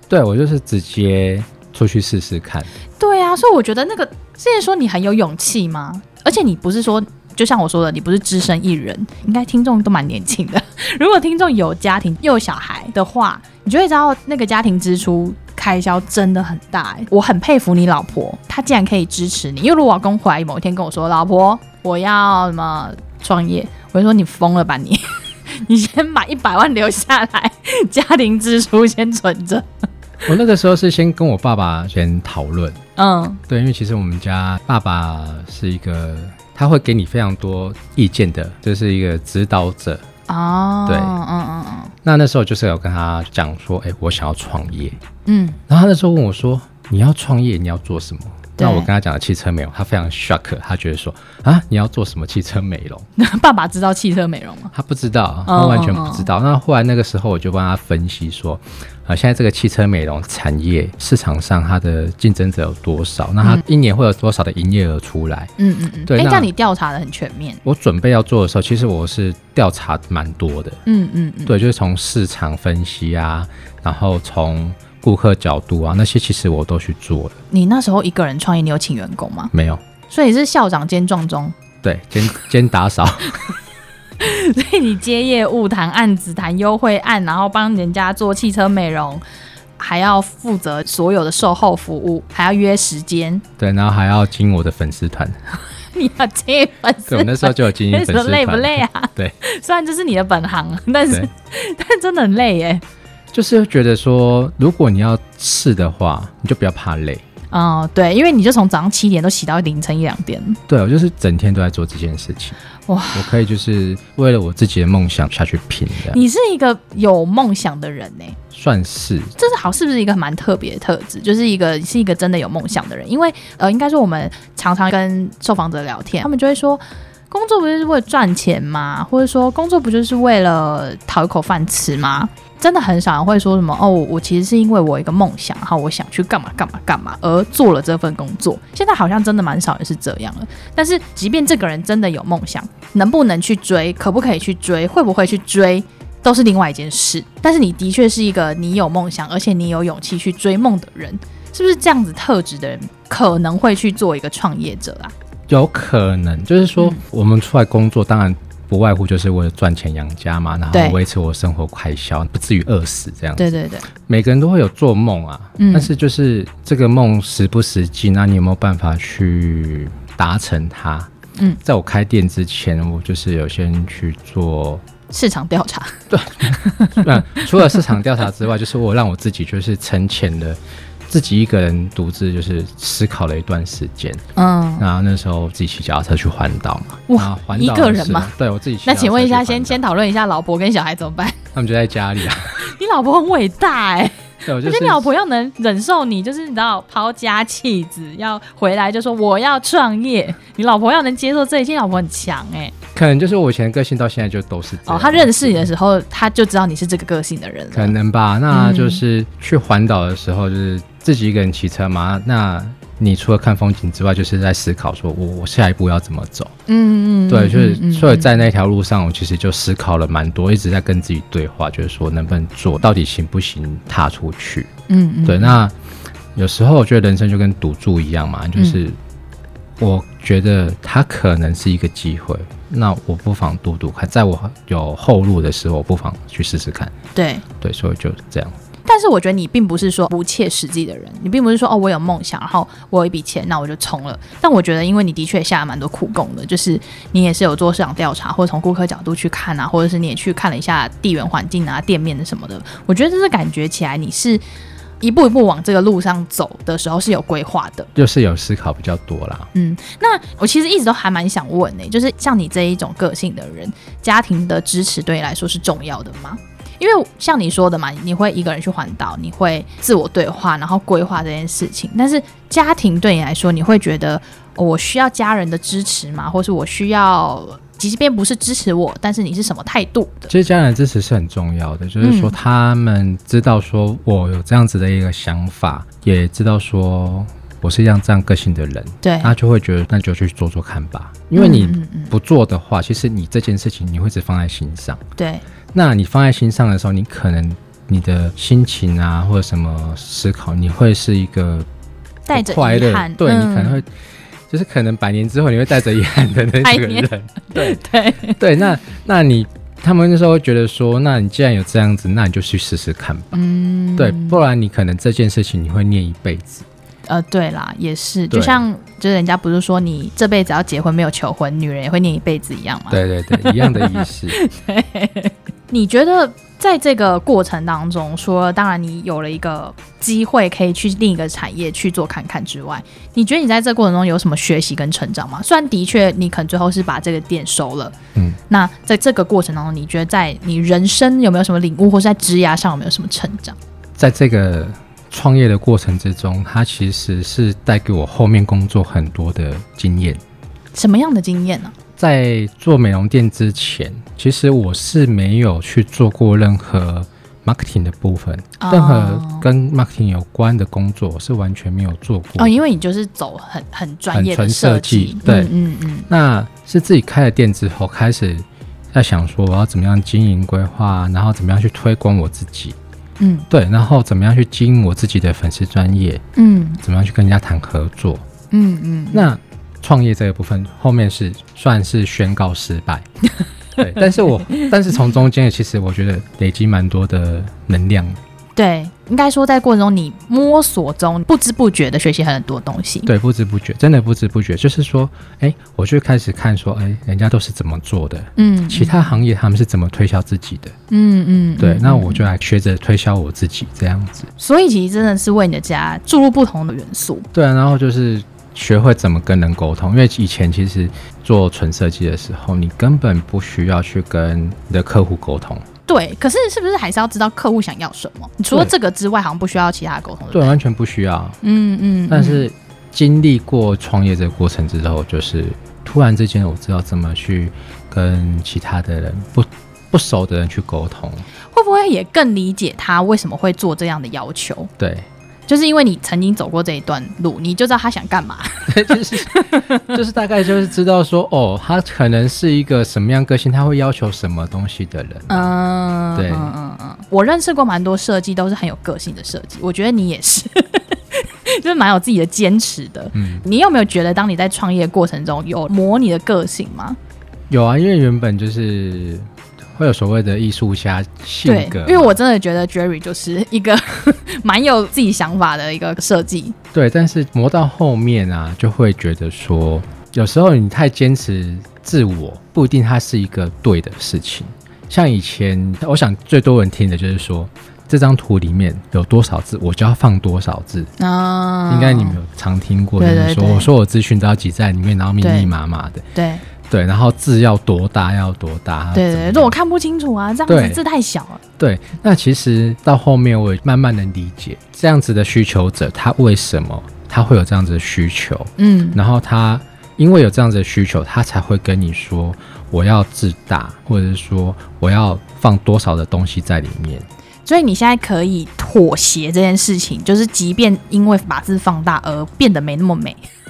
[SPEAKER 2] 对我就是直接出去试试看。
[SPEAKER 1] 对啊，所以我觉得那个之前说你很有勇气吗？而且你不是说。就像我说的，你不是只身一人，应该听众都蛮年轻的。 如果听众有家庭又有小孩的话，你就会知道那个家庭支出开销真的很大、欸。我很佩服你老婆，她竟然可以支持你。因为如果我老公回来某一天跟我说：“老婆，我要什么创业”，我就说：“你疯了吧你！ 你先把一百万留下来，家庭支出先存着。
[SPEAKER 2] 我那个时候是先跟我爸爸先讨论，”
[SPEAKER 1] 嗯，
[SPEAKER 2] 对，因为其实我们家爸爸是一个，他会给你非常多意见的，就是一个指导者。
[SPEAKER 1] 哦，
[SPEAKER 2] 对
[SPEAKER 1] 嗯嗯嗯
[SPEAKER 2] 那那时候就是有跟他讲说，哎、我想要创业。
[SPEAKER 1] 嗯。
[SPEAKER 2] 然后他那时候问我说，你要创业，你要做什么？
[SPEAKER 1] 对
[SPEAKER 2] 那我跟他讲的汽车美容，他非常 shock，他觉得说啊，你要做什么汽车美容？
[SPEAKER 1] 爸爸知道汽车美容吗？
[SPEAKER 2] 他不知道，啊
[SPEAKER 1] 哦
[SPEAKER 2] 他完全不知道。那后来那个时候，我就帮他分析说，呃，现在这个汽车美容产业市场上它的竞争者有多少？那它一年会有多少的营业额出来？
[SPEAKER 1] 嗯嗯嗯，
[SPEAKER 2] 对
[SPEAKER 1] 哎、
[SPEAKER 2] 那
[SPEAKER 1] 这样你调查的很全面。
[SPEAKER 2] 我准备要做的时候，其实我是调查蛮多的，
[SPEAKER 1] 嗯嗯嗯，
[SPEAKER 2] 对，就是从市场分析啊，然后从顾客角度啊那些，其实我都去做了，
[SPEAKER 1] 你那时候一个人创业，你有请员工吗？
[SPEAKER 2] 没有。
[SPEAKER 1] 所以你是校长兼壮中，
[SPEAKER 2] 对，兼兼打扫，
[SPEAKER 1] 所以你接业务、谈案子、谈优惠案，然后帮人家做汽车美容，还要负责所有的售后服务，还要约时间，
[SPEAKER 2] 对，然后还要经营我的粉丝团。
[SPEAKER 1] 你要接粉丝
[SPEAKER 2] 对，我 那时候就有经营
[SPEAKER 1] 那
[SPEAKER 2] 粉丝
[SPEAKER 1] 时候
[SPEAKER 2] 团。
[SPEAKER 1] 累不累啊？
[SPEAKER 2] 对，
[SPEAKER 1] 虽然这是你的本行，但是
[SPEAKER 2] 对
[SPEAKER 1] 但真的很累耶。
[SPEAKER 2] 就是觉得说，如果你要试的话，你就不要怕累。
[SPEAKER 1] 哦、对，因为你就从早上七点都洗到凌晨一两点。
[SPEAKER 2] 对我就是整天都在做这件事情。
[SPEAKER 1] 哇，
[SPEAKER 2] 我可以就是为了我自己的梦想下去拼的，
[SPEAKER 1] 你是一个有梦想的人呢、
[SPEAKER 2] 算是
[SPEAKER 1] 这是好，是不是一个蛮特别的特质？就是一个是一个真的有梦想的人，因为呃，应该说我们常常跟受访者聊天，他们就会说，工作不就是为了赚钱吗？或者说工作不就是为了讨一口饭吃吗？真的很少人会说什么哦，我其实是因为我有一个梦想，然后我想去干嘛干嘛干嘛而做了这份工作。现在好像真的蛮少人是这样了。但是即便这个人真的有梦想，能不能去追，可不可以去追，会不会去追，都是另外一件事。但是你的确是一个你有梦想，而且你有勇气去追梦的人，是不是这样子特质的人可能会去做一个创业者啊？
[SPEAKER 2] 有可能，就是说
[SPEAKER 1] 嗯
[SPEAKER 2] 我们出来工作，当然不外乎就是为了赚钱养家嘛，然
[SPEAKER 1] 对
[SPEAKER 2] 后维持我生活开销，不至于饿死这样子。
[SPEAKER 1] 对对对，
[SPEAKER 2] 每个人都会有做梦啊，
[SPEAKER 1] 嗯
[SPEAKER 2] 但是就是这个梦实不实际，那你有没有办法去达成它？
[SPEAKER 1] 嗯，
[SPEAKER 2] 在我开店之前，我就是有先去做
[SPEAKER 1] 市场调 查，
[SPEAKER 2] 那 除了市场调查之外，就是我让我自己就是沉潜的，自己一个人独自就是思考了一段时间。
[SPEAKER 1] 嗯，
[SPEAKER 2] 然后那时候自己骑脚踏车去环岛嘛，
[SPEAKER 1] 哇
[SPEAKER 2] 然后环岛的
[SPEAKER 1] 一个人
[SPEAKER 2] 时候
[SPEAKER 1] 吗？
[SPEAKER 2] 对我自己骑脚
[SPEAKER 1] 那
[SPEAKER 2] 踏车去环岛。
[SPEAKER 1] 请问一下，
[SPEAKER 2] 啊
[SPEAKER 1] 先先讨论一下老婆跟小孩怎么 办？
[SPEAKER 2] 他们就在家里啊。
[SPEAKER 1] 你老婆很伟大哎、
[SPEAKER 2] 对，我
[SPEAKER 1] 我
[SPEAKER 2] 就
[SPEAKER 1] 觉
[SPEAKER 2] 是
[SPEAKER 1] 得你老婆要能忍受你，就是你知道抛家弃子，要回来就说我要创业，你老婆要能接受这一切，你老婆很强哎、
[SPEAKER 2] 可能就是我以前的个性到现在就都是啊这
[SPEAKER 1] 哦
[SPEAKER 2] 样。，
[SPEAKER 1] 他认识你的时候，他就知道你是这个个性的人了。
[SPEAKER 2] 可能吧，
[SPEAKER 1] 嗯
[SPEAKER 2] 那就是去环岛的时候，就是自己一个人骑车嘛。那你除了看风景之外，就是在思考说我我下一步要怎么走。
[SPEAKER 1] 嗯，嗯
[SPEAKER 2] 对，就
[SPEAKER 1] 嗯
[SPEAKER 2] 是
[SPEAKER 1] 嗯
[SPEAKER 2] 所以在那条路上，我其实就思考了蛮多，一直在跟自己对话，就是说能不能做到底行不行，踏出去。
[SPEAKER 1] 嗯嗯
[SPEAKER 2] 对，那有时候我觉得人生就跟赌注一样嘛，
[SPEAKER 1] 嗯
[SPEAKER 2] 就是我觉得它可能是一个机会，那我不妨赌赌看，在我有后路的时候，我不妨去试试看。
[SPEAKER 1] 对。
[SPEAKER 2] 对，所以就这样。
[SPEAKER 1] 但是我觉得你并不是说不切实际的人，你并不是说哦，我有梦想，然后我有一笔钱，那我就冲了。但我觉得，因为你的确下了蛮多苦功的，就是你也是有做市场调查，或者从顾客角度去看啊，或者是你也去看了一下地缘环境啊、店面的什么的。我觉得这是感觉起来你是一步一步往这个路上走的时候是有规划的。
[SPEAKER 2] 就是有思考比较多啦。
[SPEAKER 1] 嗯，那我其实一直都还蛮想问呢、就是像你这一种个性的人，家庭的支持对你来说是重要的吗？因为像你说的嘛，你会一个人去环岛，你会自我对话，然后规划这件事情。但是家庭对你来说，你会觉得、哦我需要家人的支持吗？或是我需要，即便不是支持我，但是你是什么态度的？
[SPEAKER 2] 其实家人的支持是很重要的，就是说
[SPEAKER 1] 嗯
[SPEAKER 2] 他们知道说我有这样子的一个想法，也知道说我是一样这样个性的人，
[SPEAKER 1] 对，
[SPEAKER 2] 他就会觉得那就去做做看吧。啊因为你
[SPEAKER 1] 嗯嗯嗯
[SPEAKER 2] 不做的话，其实你这件事情你会只放在心上。
[SPEAKER 1] 对，
[SPEAKER 2] 那你放在心上的时候，你可能你的心情啊或者什么思考，你会是一个
[SPEAKER 1] 带着
[SPEAKER 2] 不快
[SPEAKER 1] 遗
[SPEAKER 2] 乐
[SPEAKER 1] 憾，，嗯
[SPEAKER 2] 对、你可能
[SPEAKER 1] 会
[SPEAKER 2] 会。就是可能百年之后你会带着遗憾的那
[SPEAKER 1] 百
[SPEAKER 2] 个
[SPEAKER 1] 年
[SPEAKER 2] 人， 对，
[SPEAKER 1] 对，
[SPEAKER 2] 对，那那你他们那时候会觉得说，那你既然有这样子，那你就去试试看吧。
[SPEAKER 1] 嗯，
[SPEAKER 2] 对，不然你可能这件事情你会念一辈子。
[SPEAKER 1] 呃，对啦，也是，
[SPEAKER 2] 对
[SPEAKER 1] 就像就是人家不是说你这辈子要结婚没有求婚，女人也会念一辈子一样嘛。，
[SPEAKER 2] 对对对，一样的意 思。
[SPEAKER 1] 你觉得在这个过程当中，说当然你有了一个机会可以去另一个产业去做看看之外，你觉得你在这过程中有什么学习跟成长吗？虽然的确你可能最后是把这个店收了，
[SPEAKER 2] 嗯，
[SPEAKER 1] 那在这个过程当中，你觉得在你人生有没有什么领悟，或是在职涯上有没有什么成长？
[SPEAKER 2] 在这个创业的过程之中，它其实是带给我后面工作很多的经验。
[SPEAKER 1] 什么样的经验呢、
[SPEAKER 2] 在做美容店之前，其实我是没有去做过任何 marketing 的部分，
[SPEAKER 1] 哦
[SPEAKER 2] 任何跟 marketing 有关的工作我是完全没有做过
[SPEAKER 1] 哦，因为你就是走很很专
[SPEAKER 2] 很
[SPEAKER 1] 业的
[SPEAKER 2] 纯
[SPEAKER 1] 设
[SPEAKER 2] 设
[SPEAKER 1] 计
[SPEAKER 2] 计，对
[SPEAKER 1] 嗯嗯嗯，
[SPEAKER 2] 那是自己开了店之后，开始在想说我要怎么样经营规划，然后怎么样去推广我自己，
[SPEAKER 1] 嗯
[SPEAKER 2] 对，然后怎么样去经营我自己的粉丝专业，
[SPEAKER 1] 嗯
[SPEAKER 2] 怎么样去跟人家谈合作。
[SPEAKER 1] 嗯嗯，
[SPEAKER 2] 那创业这个部分后面是算是宣告失败， 对，但是我但是从中间其实我觉得累积蛮多的能量，
[SPEAKER 1] 对，应该说在过程中你摸索中不知不觉的学习很多东西。
[SPEAKER 2] 对，不知不觉，真的不知不觉，就是说，哎，我就开始看说，哎，人家都是怎么做的，
[SPEAKER 1] 嗯，
[SPEAKER 2] 其他行业他们是怎么推销自己的。
[SPEAKER 1] 嗯嗯，
[SPEAKER 2] 对，
[SPEAKER 1] 嗯
[SPEAKER 2] 那我就来学着推销我自己这样子。
[SPEAKER 1] 所以其实真的是为你的家注入不同的元素。
[SPEAKER 2] 对啊，然后就是学会怎么跟人沟通，因为以前其实做纯设计的时候，你根本不需要去跟你的客户沟通。
[SPEAKER 1] 对，可是是不是还是要知道客户想要什么？你除了
[SPEAKER 2] 对
[SPEAKER 1] 这个之外，好像不需要其他的沟通。
[SPEAKER 2] 对，
[SPEAKER 1] 不
[SPEAKER 2] 完全不需要。
[SPEAKER 1] 嗯嗯，
[SPEAKER 2] 但是经历过创业这个过程之后，就是突然之间我知道怎么去跟其他的人不不熟的人去沟通。
[SPEAKER 1] 嗯会不会也更理解他为什么会做这样的要求？
[SPEAKER 2] 对，
[SPEAKER 1] 就是因为你曾经走过这一段路，你就知道他想干嘛。
[SPEAKER 2] 就是就是大概就是知道说，哦，他可能是一个什么样个性，他会要求什么东西的人。
[SPEAKER 1] 嗯，
[SPEAKER 2] 对
[SPEAKER 1] 嗯嗯嗯，我认识过蛮多设计都是很有个性的设计，我觉得你也是， 就是蛮有自己的坚持的。
[SPEAKER 2] 嗯，
[SPEAKER 1] 你有没有觉得，当你在创业过程中有磨你的个性吗？
[SPEAKER 2] 有啊，因为原本就是会有所谓的艺术家性
[SPEAKER 1] 对
[SPEAKER 2] 格嘛，，
[SPEAKER 1] 因为我真的觉得 Jerry 就是一个 蛮有自己想法的一个设计。
[SPEAKER 2] 对，但是磨到后面啊，就会觉得说，有时候你太坚持自我，不一定它是一个对的事情。像以前，我想最多人听的就是说，这张图里面有多少字，我就要放多少字。
[SPEAKER 1] 啊，
[SPEAKER 2] 应该你们有常听过，就
[SPEAKER 1] 对
[SPEAKER 2] 是
[SPEAKER 1] 对
[SPEAKER 2] 说，
[SPEAKER 1] 对
[SPEAKER 2] 我说我资讯都要挤在里面，然后密
[SPEAKER 1] 对
[SPEAKER 2] 密麻麻的，
[SPEAKER 1] 对
[SPEAKER 2] 对，然后字要多大要多大，
[SPEAKER 1] 对
[SPEAKER 2] 啊怎么
[SPEAKER 1] 对
[SPEAKER 2] 样
[SPEAKER 1] 对，我看不清楚啊，这样
[SPEAKER 2] 对
[SPEAKER 1] 子字太小了。
[SPEAKER 2] 对，那其实到后面我也慢慢能理解这样子的需求者，他为什么他会有这样子的需求，
[SPEAKER 1] 嗯
[SPEAKER 2] 然后他因为有这样子的需求，他才会跟你说我要自大，或者是说我要放多少的东西在里面。
[SPEAKER 1] 所以你现在可以妥协这件事情，就是即便因为把字放大而变得没那么美，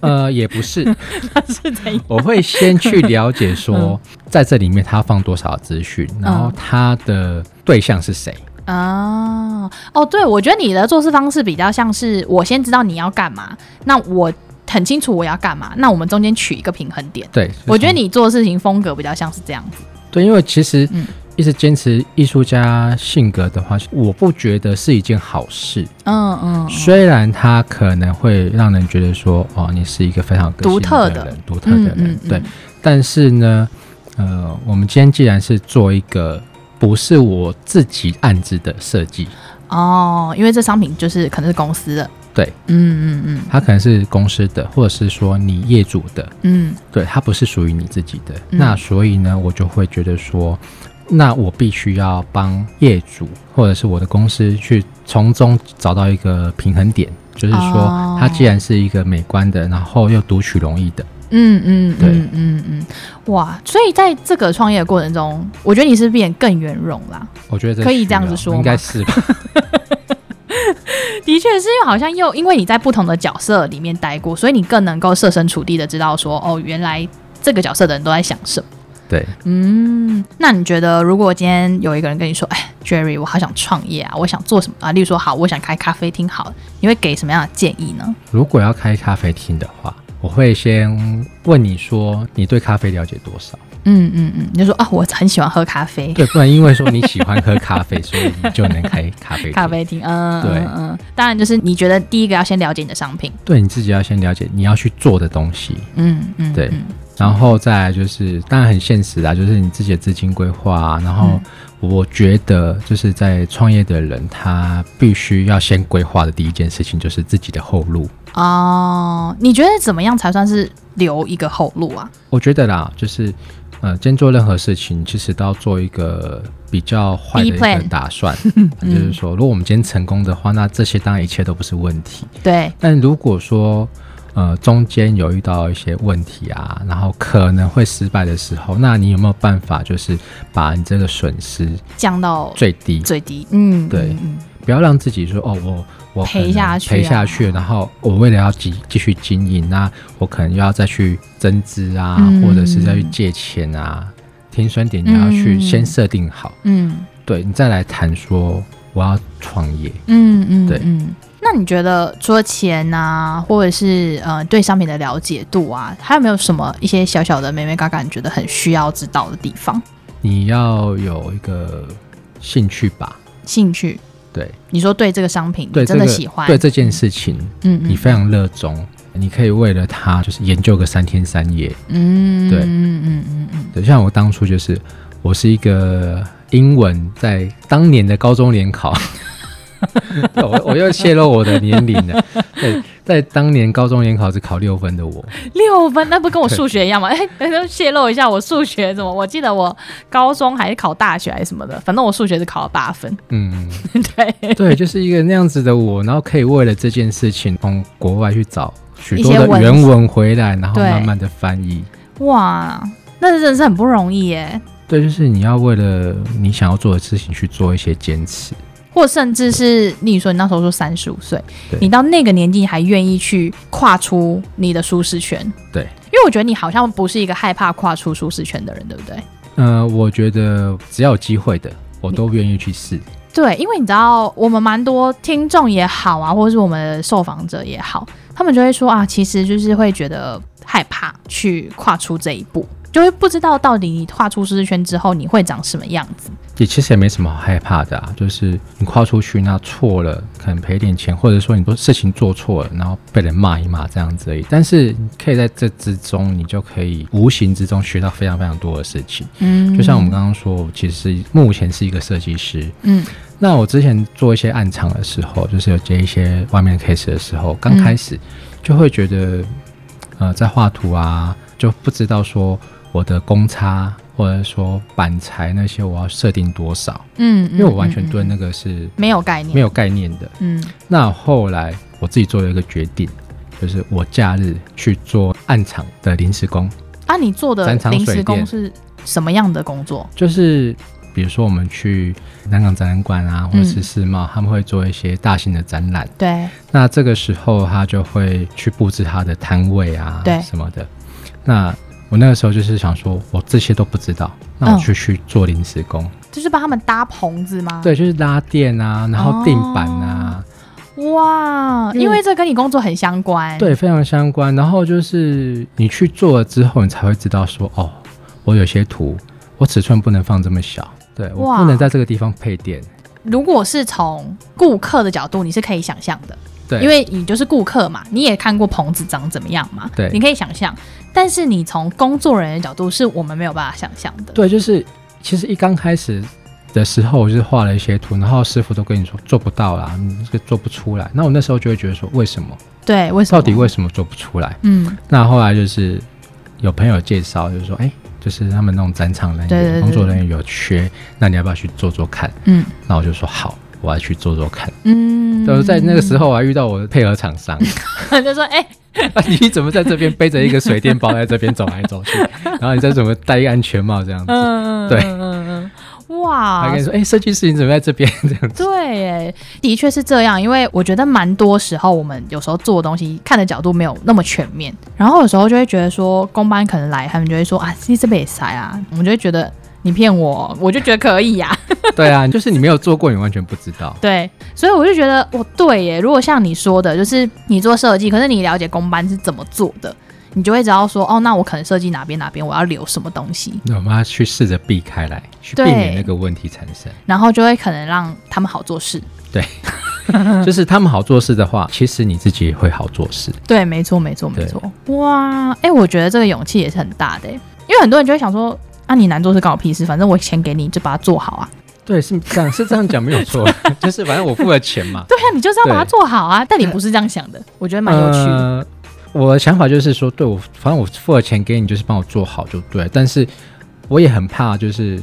[SPEAKER 2] 呃，也不是，
[SPEAKER 1] 它是怎样？
[SPEAKER 2] 我会先去了解
[SPEAKER 1] 嗯
[SPEAKER 2] 说，在这里面他放多少资讯，然后他的对象是谁。
[SPEAKER 1] 啊，哦，对，我觉得你的做事方式比较像是我先知道你要干嘛，那我很清楚我要干嘛，那我们中间取一个平衡点。
[SPEAKER 2] 对，
[SPEAKER 1] 我觉得你做事情风格比较像是这样子，
[SPEAKER 2] 对，因为其实
[SPEAKER 1] 嗯
[SPEAKER 2] 一直坚持艺术家性格的话，我不觉得是一件好事。
[SPEAKER 1] 嗯嗯，嗯
[SPEAKER 2] 虽然他可能会让人觉得说，哦，你是一个非常有个性
[SPEAKER 1] 独特的
[SPEAKER 2] 的人，独特的人，
[SPEAKER 1] 嗯嗯嗯
[SPEAKER 2] 对。但是呢，呃，我们今天既然是做一个不是我自己案子的设计，
[SPEAKER 1] 哦，因为这商品就是可能是公司的，
[SPEAKER 2] 对，
[SPEAKER 1] 嗯嗯
[SPEAKER 2] 它可能是公司的，或者是说你业主的，
[SPEAKER 1] 嗯
[SPEAKER 2] 对，它不是属于你自己的。
[SPEAKER 1] 嗯
[SPEAKER 2] 那所以呢，我就会觉得说，那我必须要帮业主或者是我的公司去从中找到一个平衡点，就是
[SPEAKER 1] 哦
[SPEAKER 2] 说，它既然是一个美观的，然后又读取容易的，
[SPEAKER 1] 嗯嗯嗯
[SPEAKER 2] 对
[SPEAKER 1] 嗯嗯嗯，哇！所以在这个创业的过程中，我觉得你是变得更圆融啦。
[SPEAKER 2] 我觉得这
[SPEAKER 1] 可以
[SPEAKER 2] 需
[SPEAKER 1] 这样
[SPEAKER 2] 要
[SPEAKER 1] 子说
[SPEAKER 2] 应
[SPEAKER 1] 吗
[SPEAKER 2] 该是吧？
[SPEAKER 1] 的确是因为好像又因为你在不同的角色里面待过，所以你更能够设身处地的知道说，哦，原来这个角色的人都在想什么。
[SPEAKER 2] 对，
[SPEAKER 1] 嗯，那你觉得如果今天有一个人跟你说，哎，Jerry，我好想创业啊，我想做什么啊？例如说，好，我想开咖啡厅，好了，你会给什么样的建议呢？
[SPEAKER 2] 如果要开咖啡厅的话，我会先问你说，你对咖啡了解多少？
[SPEAKER 1] 嗯嗯嗯，你就说啊，我很喜欢喝咖啡，
[SPEAKER 2] 对，不然因为说你喜欢喝咖啡，所以你就能开咖啡厅。
[SPEAKER 1] 咖啡厅，嗯，
[SPEAKER 2] 对
[SPEAKER 1] 嗯嗯，当然就是你觉得第一个要先了解你的商品，
[SPEAKER 2] 对你自己要先了解你要去做的东西，
[SPEAKER 1] 嗯嗯，
[SPEAKER 2] 对
[SPEAKER 1] 嗯
[SPEAKER 2] 然后再来就是，当然很现实啦，就是你自己的资金规划、啊。然
[SPEAKER 1] 嗯
[SPEAKER 2] 后我觉得，就是在创业的人，他必须要先规划的第一件事情就是自己的后路。
[SPEAKER 1] 哦，你觉得怎么样才算是留一个后路啊？
[SPEAKER 2] 我觉得啦，就是呃，今天做任何事情，其实都要做一个比较坏的
[SPEAKER 1] B
[SPEAKER 2] 一
[SPEAKER 1] plan 嗯
[SPEAKER 2] 个 打算，就是说，如果我们今天成功的话，那这些当然一切都不是问题。
[SPEAKER 1] 对，
[SPEAKER 2] 但如果说呃中间有遇到一些问题啊，然后可能会失败的时候，那你有没有办法就是把你这个损失
[SPEAKER 1] 降到
[SPEAKER 2] 最低，
[SPEAKER 1] 最低，嗯，
[SPEAKER 2] 对
[SPEAKER 1] 嗯，
[SPEAKER 2] 不要让自己说哦我。我可能
[SPEAKER 1] 赔下去啊
[SPEAKER 2] 赔下去，然后我为了要继继续经营，那我可能又要再去增资啊，
[SPEAKER 1] 嗯
[SPEAKER 2] 或者是再去借钱啊。停损点你要去
[SPEAKER 1] 嗯
[SPEAKER 2] 先设定好，
[SPEAKER 1] 嗯
[SPEAKER 2] 对你再来谈说我要创业。
[SPEAKER 1] 嗯嗯嗯，
[SPEAKER 2] 对
[SPEAKER 1] 嗯。那你觉得除了钱啊，或者是呃对商品的了解度啊，还有没有什么一些小小的妹妹嘎嘎，你觉得很需要知道的地方？
[SPEAKER 2] 你要有一个兴趣吧，
[SPEAKER 1] 兴趣，
[SPEAKER 2] 对，
[SPEAKER 1] 你说对这个商品
[SPEAKER 2] 对
[SPEAKER 1] 你真的
[SPEAKER 2] 这个
[SPEAKER 1] 喜欢，
[SPEAKER 2] 对这件事情，
[SPEAKER 1] 嗯
[SPEAKER 2] 你非常热衷，你可以为了它就是研究个三天三夜。
[SPEAKER 1] 嗯
[SPEAKER 2] 对
[SPEAKER 1] 嗯嗯嗯嗯
[SPEAKER 2] 对，像我当初就是，我是一个英文在当年的高中联考， 对我我又泄露我的年龄了。对，在当年高中联考只考六分的我，
[SPEAKER 1] 嗯，六分，那不跟我数学一样吗？哎，等泄露一下我数学怎么？我记得我高中还是考大学还是什么的，反正我数学是考了八分。
[SPEAKER 2] 嗯，
[SPEAKER 1] 对，
[SPEAKER 2] 对，就是一个那样子的我，然后可以为了这件事情从国外去找许
[SPEAKER 1] 一
[SPEAKER 2] 多
[SPEAKER 1] 些
[SPEAKER 2] 的
[SPEAKER 1] 文
[SPEAKER 2] 原文回来，然后
[SPEAKER 1] 对
[SPEAKER 2] 慢慢的翻译。
[SPEAKER 1] 哇，那真的是很不容易耶。
[SPEAKER 2] 对，就是你要为了你想要做的事情去做一些坚持。
[SPEAKER 1] 或甚至是例如说，你那时候说三十五岁
[SPEAKER 2] 对，
[SPEAKER 1] 你到那个年纪还愿意去跨出你的舒适圈，
[SPEAKER 2] 对，
[SPEAKER 1] 因为我觉得你好像不是一个害怕跨出舒适圈的人，对不对？
[SPEAKER 2] 呃，我觉得只要有机会的，我都愿意去试。
[SPEAKER 1] 对，因为你知道，我们蛮多听众也好啊，或者是我们的受访者也好，他们就会说啊，其实就是会觉得害怕去跨出这一步，就会不知道到底你跨出舒适圈之后你会长什么样子。
[SPEAKER 2] 也其实也没什么好害怕的啊，就是你跨出去，那错了可能赔点钱，或者说你做事情做错了，然后被人骂一骂这样子而已。但是你可以在这之中，你就可以无形之中学到非常非常多的事情。
[SPEAKER 1] 嗯
[SPEAKER 2] 就像我们刚刚说，我其实目前是一个设计师，
[SPEAKER 1] 嗯
[SPEAKER 2] 那我之前做一些暗场的时候，就是有接一些外面的 case 的时候，刚开
[SPEAKER 1] 嗯
[SPEAKER 2] 始就会觉得，呃，在画图啊，就不知道说我的公差或者说板材那些我要设定多少，
[SPEAKER 1] 嗯，
[SPEAKER 2] 因为我完全对
[SPEAKER 1] 嗯嗯
[SPEAKER 2] 那个是
[SPEAKER 1] 没有概念，
[SPEAKER 2] 没有概念的。
[SPEAKER 1] 嗯
[SPEAKER 2] 那后来我自己做了一个决定，就是我假日去做暗场的临时工。
[SPEAKER 1] 啊，你做的
[SPEAKER 2] 展场
[SPEAKER 1] 临
[SPEAKER 2] 水
[SPEAKER 1] 时工
[SPEAKER 2] 电
[SPEAKER 1] 是什么样的工作？
[SPEAKER 2] 就是比如说我们去南港展览馆啊，或
[SPEAKER 1] 嗯
[SPEAKER 2] 者是世贸，他们会做一些大型的展览。
[SPEAKER 1] 对，
[SPEAKER 2] 那这个时候他就会去布置他的摊位啊，
[SPEAKER 1] 对
[SPEAKER 2] 什么的。那我那个时候就是想说，我这些都不知道，
[SPEAKER 1] 嗯
[SPEAKER 2] 那我去去做临时工，
[SPEAKER 1] 就是帮他们搭棚子吗？，
[SPEAKER 2] 对，就是拉电啊，然后定板啊，
[SPEAKER 1] 哇，
[SPEAKER 2] 因为
[SPEAKER 1] 因为这跟你工作很相关。，
[SPEAKER 2] 对，非常相关。然后就是你去做了之后，你才会知道说，哦，我有些图我尺寸不能放这么小，对我
[SPEAKER 1] 哇
[SPEAKER 2] 不能在这个地方配电，
[SPEAKER 1] 如果是从顾客的角度，你是可以想象的，
[SPEAKER 2] 对，
[SPEAKER 1] 因为你就是顾客嘛，你也看过棚子长怎么样嘛，
[SPEAKER 2] 对
[SPEAKER 1] 你可以想象。但是你从工作人员的角度，是我们没有办法想象的。
[SPEAKER 2] 对，就是其实一刚开始的时候，我就是画了一些图，然后师傅都跟你说做不到啦，你这个做不出来。那我那时候就会觉得说，为什么？
[SPEAKER 1] 对，为什么？
[SPEAKER 2] 到底为什么做不出来？
[SPEAKER 1] 嗯，
[SPEAKER 2] 那后来就是有朋友介绍，就是说，哎、就是他们那种展场人员、
[SPEAKER 1] 对对对
[SPEAKER 2] 工作人员有缺，那你要不要去做做看？
[SPEAKER 1] 嗯
[SPEAKER 2] 那我就说好，我要去做做看。
[SPEAKER 1] 嗯，
[SPEAKER 2] 但是在那个时候，我还遇到我的配合厂商，
[SPEAKER 1] 就说，哎、
[SPEAKER 2] 啊 你怎么在这边背着一个水电包在这边走来走去？然后你再怎么戴一个安全帽这样子？
[SPEAKER 1] 嗯，
[SPEAKER 2] 对
[SPEAKER 1] 嗯嗯嗯，哇，
[SPEAKER 2] 还跟你说，哎、设计师你怎么在这边 这样子？
[SPEAKER 1] 对耶，的确是这样，因为我觉得蛮多时候我们有时候做的东西看的角度没有那么全面，然后有时候就会觉得说公班可能来，他们就会说啊，你这边也塞啊，我们就会觉得你骗我，我就觉得可以呀、
[SPEAKER 2] 对啊，就是你没有做过，你完全不知道。
[SPEAKER 1] 对，所以我就觉得哦，对耶，如果像你说的，就是你做设计，可是你了解公班是怎么做的，你就会知道说哦，那我可能设计哪边哪边我要留什么东西，
[SPEAKER 2] 那我们要去试着避开来，去避
[SPEAKER 1] 对
[SPEAKER 2] 免那个问题产生。
[SPEAKER 1] 然后就会可能让他们好做事。
[SPEAKER 2] 就是他们好做事的话，其实你自己也会好做事。
[SPEAKER 1] 对，没错，没错，没
[SPEAKER 2] 对
[SPEAKER 1] 错。哇，哎、我觉得这个勇气也是很大的、欸因为很多人就会想说，啊，你难做是关我屁事，反正我钱给你，就把它做好啊。
[SPEAKER 2] 对，是这样，是这样讲没有错。 就是反正我付了钱嘛，
[SPEAKER 1] 对啊，你就是要把它
[SPEAKER 2] 对
[SPEAKER 1] 做好啊。但你不是这样想的，我觉得蛮有趣的。
[SPEAKER 2] 呃我的想法就是说，对我，反正我付了钱给你，就是帮我做好就对。但是我也很怕，就是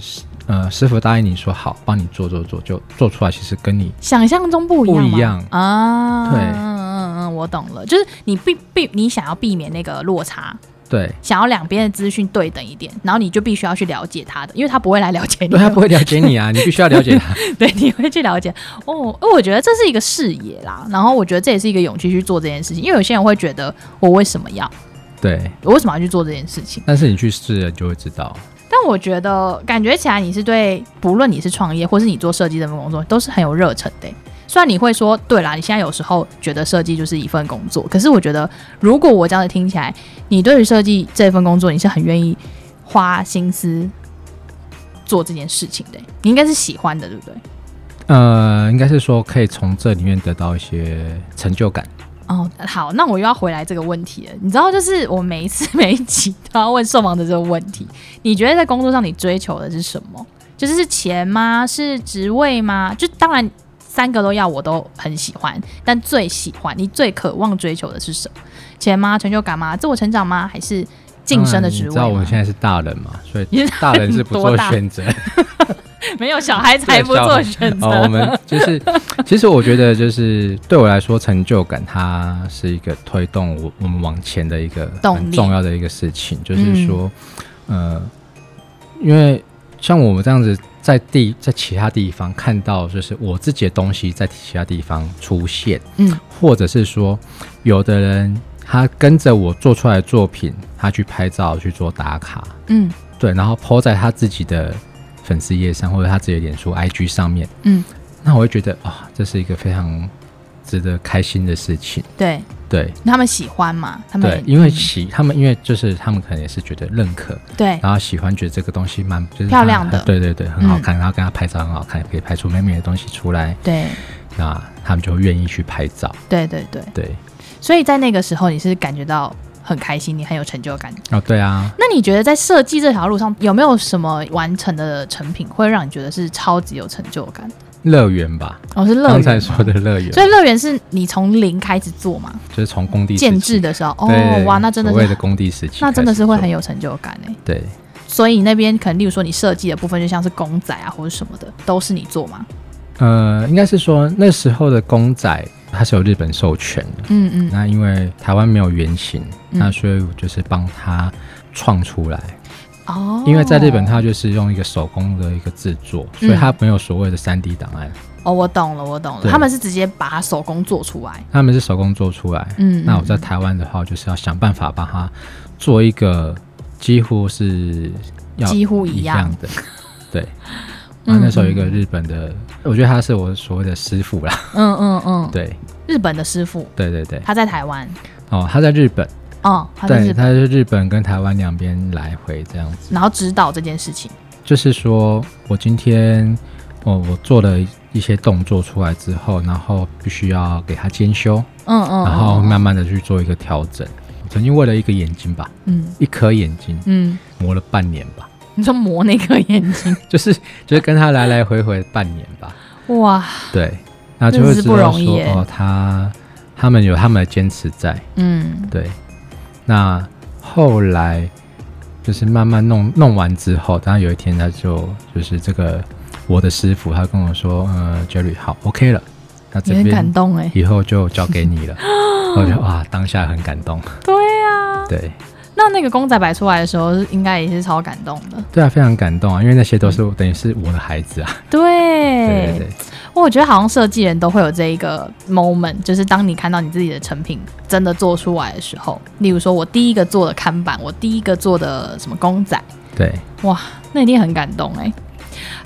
[SPEAKER 2] 呃，师傅答应你说好，帮你做做做，就做出来，其实跟你
[SPEAKER 1] 想象中不一样吗，
[SPEAKER 2] 不一样
[SPEAKER 1] 啊。
[SPEAKER 2] 对
[SPEAKER 1] 嗯嗯嗯，我懂了，就是你避避，你想要避免那个落差，
[SPEAKER 2] 对，
[SPEAKER 1] 想要两边的资讯对等一点，然后你就必须要去了解他的，因为他不会来了解你
[SPEAKER 2] 对
[SPEAKER 1] 的，
[SPEAKER 2] 他不会了解你啊，你必须要了解 他。
[SPEAKER 1] 对，你会去了解哦。我觉得这是一个视野啦，然后我觉得这也是一个勇气去做这件事情，因为有些人会觉得我为什么要，
[SPEAKER 2] 对，
[SPEAKER 1] 我为什么要去做这件事情？
[SPEAKER 2] 但是你去试了，你就会知道。
[SPEAKER 1] 但我觉得感觉起来你是对，不论你是创业或是你做设计这份工作，都是很有热忱的欸、虽然你会说，对啦，你现在有时候觉得设计就是一份工作，可是我觉得，如果我这样子听起来，你对于设计这份工作，你是很愿意花心思做这件事情的欸、你应该是喜欢的，对不对？
[SPEAKER 2] 呃，应该是说可以从这里面得到一些成就感。
[SPEAKER 1] 哦，好，那我又要回来这个问题了。你知道，就是我每一次 每一集都要问受访者这个问题：你觉得在工作上你追求的是什么？就是是钱吗？是职位吗？就当然三个都要，我都很喜欢。但最喜欢你最渴望追求的是什么？钱吗？成就感吗？自我成长吗？还是晋升的
[SPEAKER 2] 当然
[SPEAKER 1] 职
[SPEAKER 2] 嗯你
[SPEAKER 1] 位
[SPEAKER 2] 知道我
[SPEAKER 1] 吗？
[SPEAKER 2] 们现在是大人嘛，所
[SPEAKER 1] 你
[SPEAKER 2] 以
[SPEAKER 1] 是
[SPEAKER 2] 大人是不
[SPEAKER 1] 多
[SPEAKER 2] 做
[SPEAKER 1] 大
[SPEAKER 2] 选择。
[SPEAKER 1] 没有小孩才不做选择。
[SPEAKER 2] 哦，我们 就是，其实我觉得就是对我来说，成就感它是一个推动我我们往前的一个
[SPEAKER 1] 动力嗯
[SPEAKER 2] 很重要的一个事情，就是说，呃，因为像我们这样子在地在其他地方看到，就是我自己的东西在其他地方出现，
[SPEAKER 1] 嗯，
[SPEAKER 2] 或者是说，有的人他跟着我做出来的作品，他去拍照去做打卡，
[SPEAKER 1] 嗯
[SPEAKER 2] 对，然后 PO 在他自己的粉丝页上，或者他自己的脸书、IG 上面。
[SPEAKER 1] 嗯，
[SPEAKER 2] 那我会觉得啊、这是一个非常值得开心的事情。
[SPEAKER 1] 对
[SPEAKER 2] 对
[SPEAKER 1] 他们喜欢嘛？他们
[SPEAKER 2] 对，因为
[SPEAKER 1] 嗯
[SPEAKER 2] 喜他们，因为就是他们可能也是觉得认可，
[SPEAKER 1] 对
[SPEAKER 2] 然后喜欢觉得这个东西蛮就是
[SPEAKER 1] 哎漂
[SPEAKER 2] 它
[SPEAKER 1] 亮的嗯
[SPEAKER 2] 对对对，很好看，然后跟他拍照很好看，可以拍出美美的东西出来，
[SPEAKER 1] 对
[SPEAKER 2] 那他们就会愿意去拍照。
[SPEAKER 1] 对对对，
[SPEAKER 2] 对，
[SPEAKER 1] 所以在那个时候，你是感觉到很开心，你很有成就感。
[SPEAKER 2] 哦对啊，
[SPEAKER 1] 那你觉得在设计这条路上，有没有什么完成的成品会让你觉得是超级有成就感？
[SPEAKER 2] 乐园吧，
[SPEAKER 1] 哦，是乐
[SPEAKER 2] 刚才
[SPEAKER 1] 园，
[SPEAKER 2] 说的乐园，
[SPEAKER 1] 所以乐园是你从零开始做嘛？
[SPEAKER 2] 就是从工地时
[SPEAKER 1] 建
[SPEAKER 2] 期
[SPEAKER 1] 制的时候，
[SPEAKER 2] 对对
[SPEAKER 1] 哦，
[SPEAKER 2] 对
[SPEAKER 1] 哇，那真的
[SPEAKER 2] 所谓的
[SPEAKER 1] 是，
[SPEAKER 2] 工地时期开始做，
[SPEAKER 1] 那真的是会很有成就感哎。
[SPEAKER 2] 对。
[SPEAKER 1] 所以那边可能，例如说你设计的部分，就像是公仔啊或者什么的，都是你做嘛？
[SPEAKER 2] 呃，应该是说那时候的公仔它是有日本授权的，
[SPEAKER 1] 嗯嗯
[SPEAKER 2] 那因为台湾没有原型，
[SPEAKER 1] 嗯
[SPEAKER 2] 那所以我就是帮他创出来。
[SPEAKER 1] 哦，
[SPEAKER 2] 因为在日本，它就是用一个手工的一个制作，
[SPEAKER 1] 嗯
[SPEAKER 2] 所以它没有所谓的三 D 档案，
[SPEAKER 1] 哦，我懂了，我懂了，
[SPEAKER 2] 对
[SPEAKER 1] 他们是直接把它手工做出来。
[SPEAKER 2] 他们是手工做出来。
[SPEAKER 1] 嗯，
[SPEAKER 2] 那我在台湾的话，就是要想办法把它做一个几乎是要
[SPEAKER 1] 几乎一
[SPEAKER 2] 一
[SPEAKER 1] 样嗯
[SPEAKER 2] 样的。 对，那那时候有一个日本的，我觉得他是我所谓的师傅啦。
[SPEAKER 1] 嗯嗯嗯，
[SPEAKER 2] 对，
[SPEAKER 1] 日本的师傅
[SPEAKER 2] 对对对。
[SPEAKER 1] 他在台湾，
[SPEAKER 2] 哦，他在日本，
[SPEAKER 1] 哦，他在
[SPEAKER 2] 对，
[SPEAKER 1] 日本，
[SPEAKER 2] 他是日本跟台湾两边来回这样子。
[SPEAKER 1] 然后指导这件事情。
[SPEAKER 2] 就是说我今天，哦，我做了一些动作出来之后，然后必须要给它兼修，
[SPEAKER 1] 嗯嗯，
[SPEAKER 2] 然后慢慢的去做一个调整。我曾经为了一个眼睛吧，
[SPEAKER 1] 嗯
[SPEAKER 2] 一颗眼睛
[SPEAKER 1] 嗯，
[SPEAKER 2] 磨了半年吧，
[SPEAKER 1] 你说磨那颗眼 睛，
[SPEAKER 2] 就是就是跟他来来回回半年吧。
[SPEAKER 1] 哇，
[SPEAKER 2] 对，那就会知道
[SPEAKER 1] 真是不容易
[SPEAKER 2] 说
[SPEAKER 1] 耶
[SPEAKER 2] 哦，他他们有他们的坚持在。
[SPEAKER 1] 嗯
[SPEAKER 2] 对，那后来就是慢慢弄弄完之后，当然有一天他就就是这个我的师傅，他跟我说，呃，Jerry，好，OK 了，那
[SPEAKER 1] 有
[SPEAKER 2] 这
[SPEAKER 1] 点感
[SPEAKER 2] 边
[SPEAKER 1] 动哎。
[SPEAKER 2] 以后就交给你了。 我就哇，当下很感动。
[SPEAKER 1] 对啊，
[SPEAKER 2] 对
[SPEAKER 1] 那那个公仔摆出来的时候，应该也是超感动的。
[SPEAKER 2] 对啊，非常感动啊，因为那些都是我等于是我的孩子啊。对对对，
[SPEAKER 1] 我觉得好像设计人都会有这一个 moment，就是当你看到你自己的成品真的做出来的时候，例如说我第一个做的看板，我第一个做的什么公仔，
[SPEAKER 2] 对，
[SPEAKER 1] 哇，那一定很感动哎、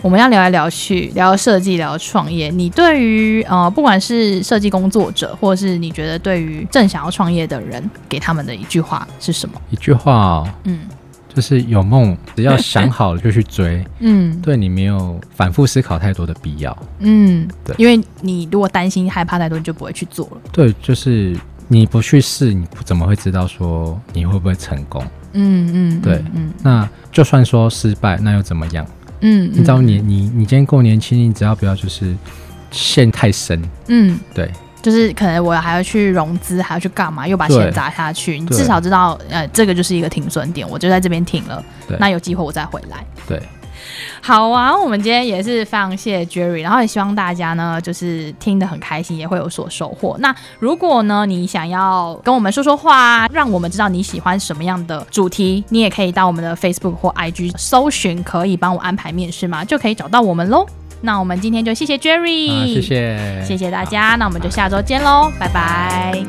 [SPEAKER 1] 我们要聊来聊去，聊设计，聊创业。你对于呃，不管是设计工作者，或是你觉得对于正想要创业的人，给他们的一句话是什么？
[SPEAKER 2] 一句话哦，
[SPEAKER 1] 嗯
[SPEAKER 2] 就是有梦，只要想好了就去追，
[SPEAKER 1] 嗯
[SPEAKER 2] 对你没有反复思考太多的必要。
[SPEAKER 1] 嗯，
[SPEAKER 2] 对
[SPEAKER 1] 因为你如果担心、害怕太多，你就不会去做了。
[SPEAKER 2] 对，就是你不去试，你不怎么会知道说你会不会成功？
[SPEAKER 1] 嗯嗯，
[SPEAKER 2] 对
[SPEAKER 1] 嗯
[SPEAKER 2] 那就算说失败，那又怎么样？
[SPEAKER 1] 嗯，
[SPEAKER 2] 你只要你你你今天够年轻，你只要不要就是陷太深，
[SPEAKER 1] 嗯。
[SPEAKER 2] 对
[SPEAKER 1] 就是可能我还要去融资，还要去干嘛，又把钱
[SPEAKER 2] 对
[SPEAKER 1] 砸下去。你
[SPEAKER 2] 对
[SPEAKER 1] 至少知道，呃，这个就是一个停损点，我就在这边停了。
[SPEAKER 2] 对
[SPEAKER 1] 那有机会我再回来。
[SPEAKER 2] 对，
[SPEAKER 1] 好啊，我们今天也是非常谢谢 Jerry，然后也希望大家呢，就是听得很开心，也会有所收获。那如果呢，你想要跟我们说说话啊，让我们知道你喜欢什么样的主题，你也可以到我们的 Facebook 或 IG 搜寻，可以帮我安排面试吗？就可以找到我们喽。那我们今天就谢谢 Jerry，
[SPEAKER 2] 啊，谢谢，
[SPEAKER 1] 谢谢大家，那我们就下周见喽，拜拜。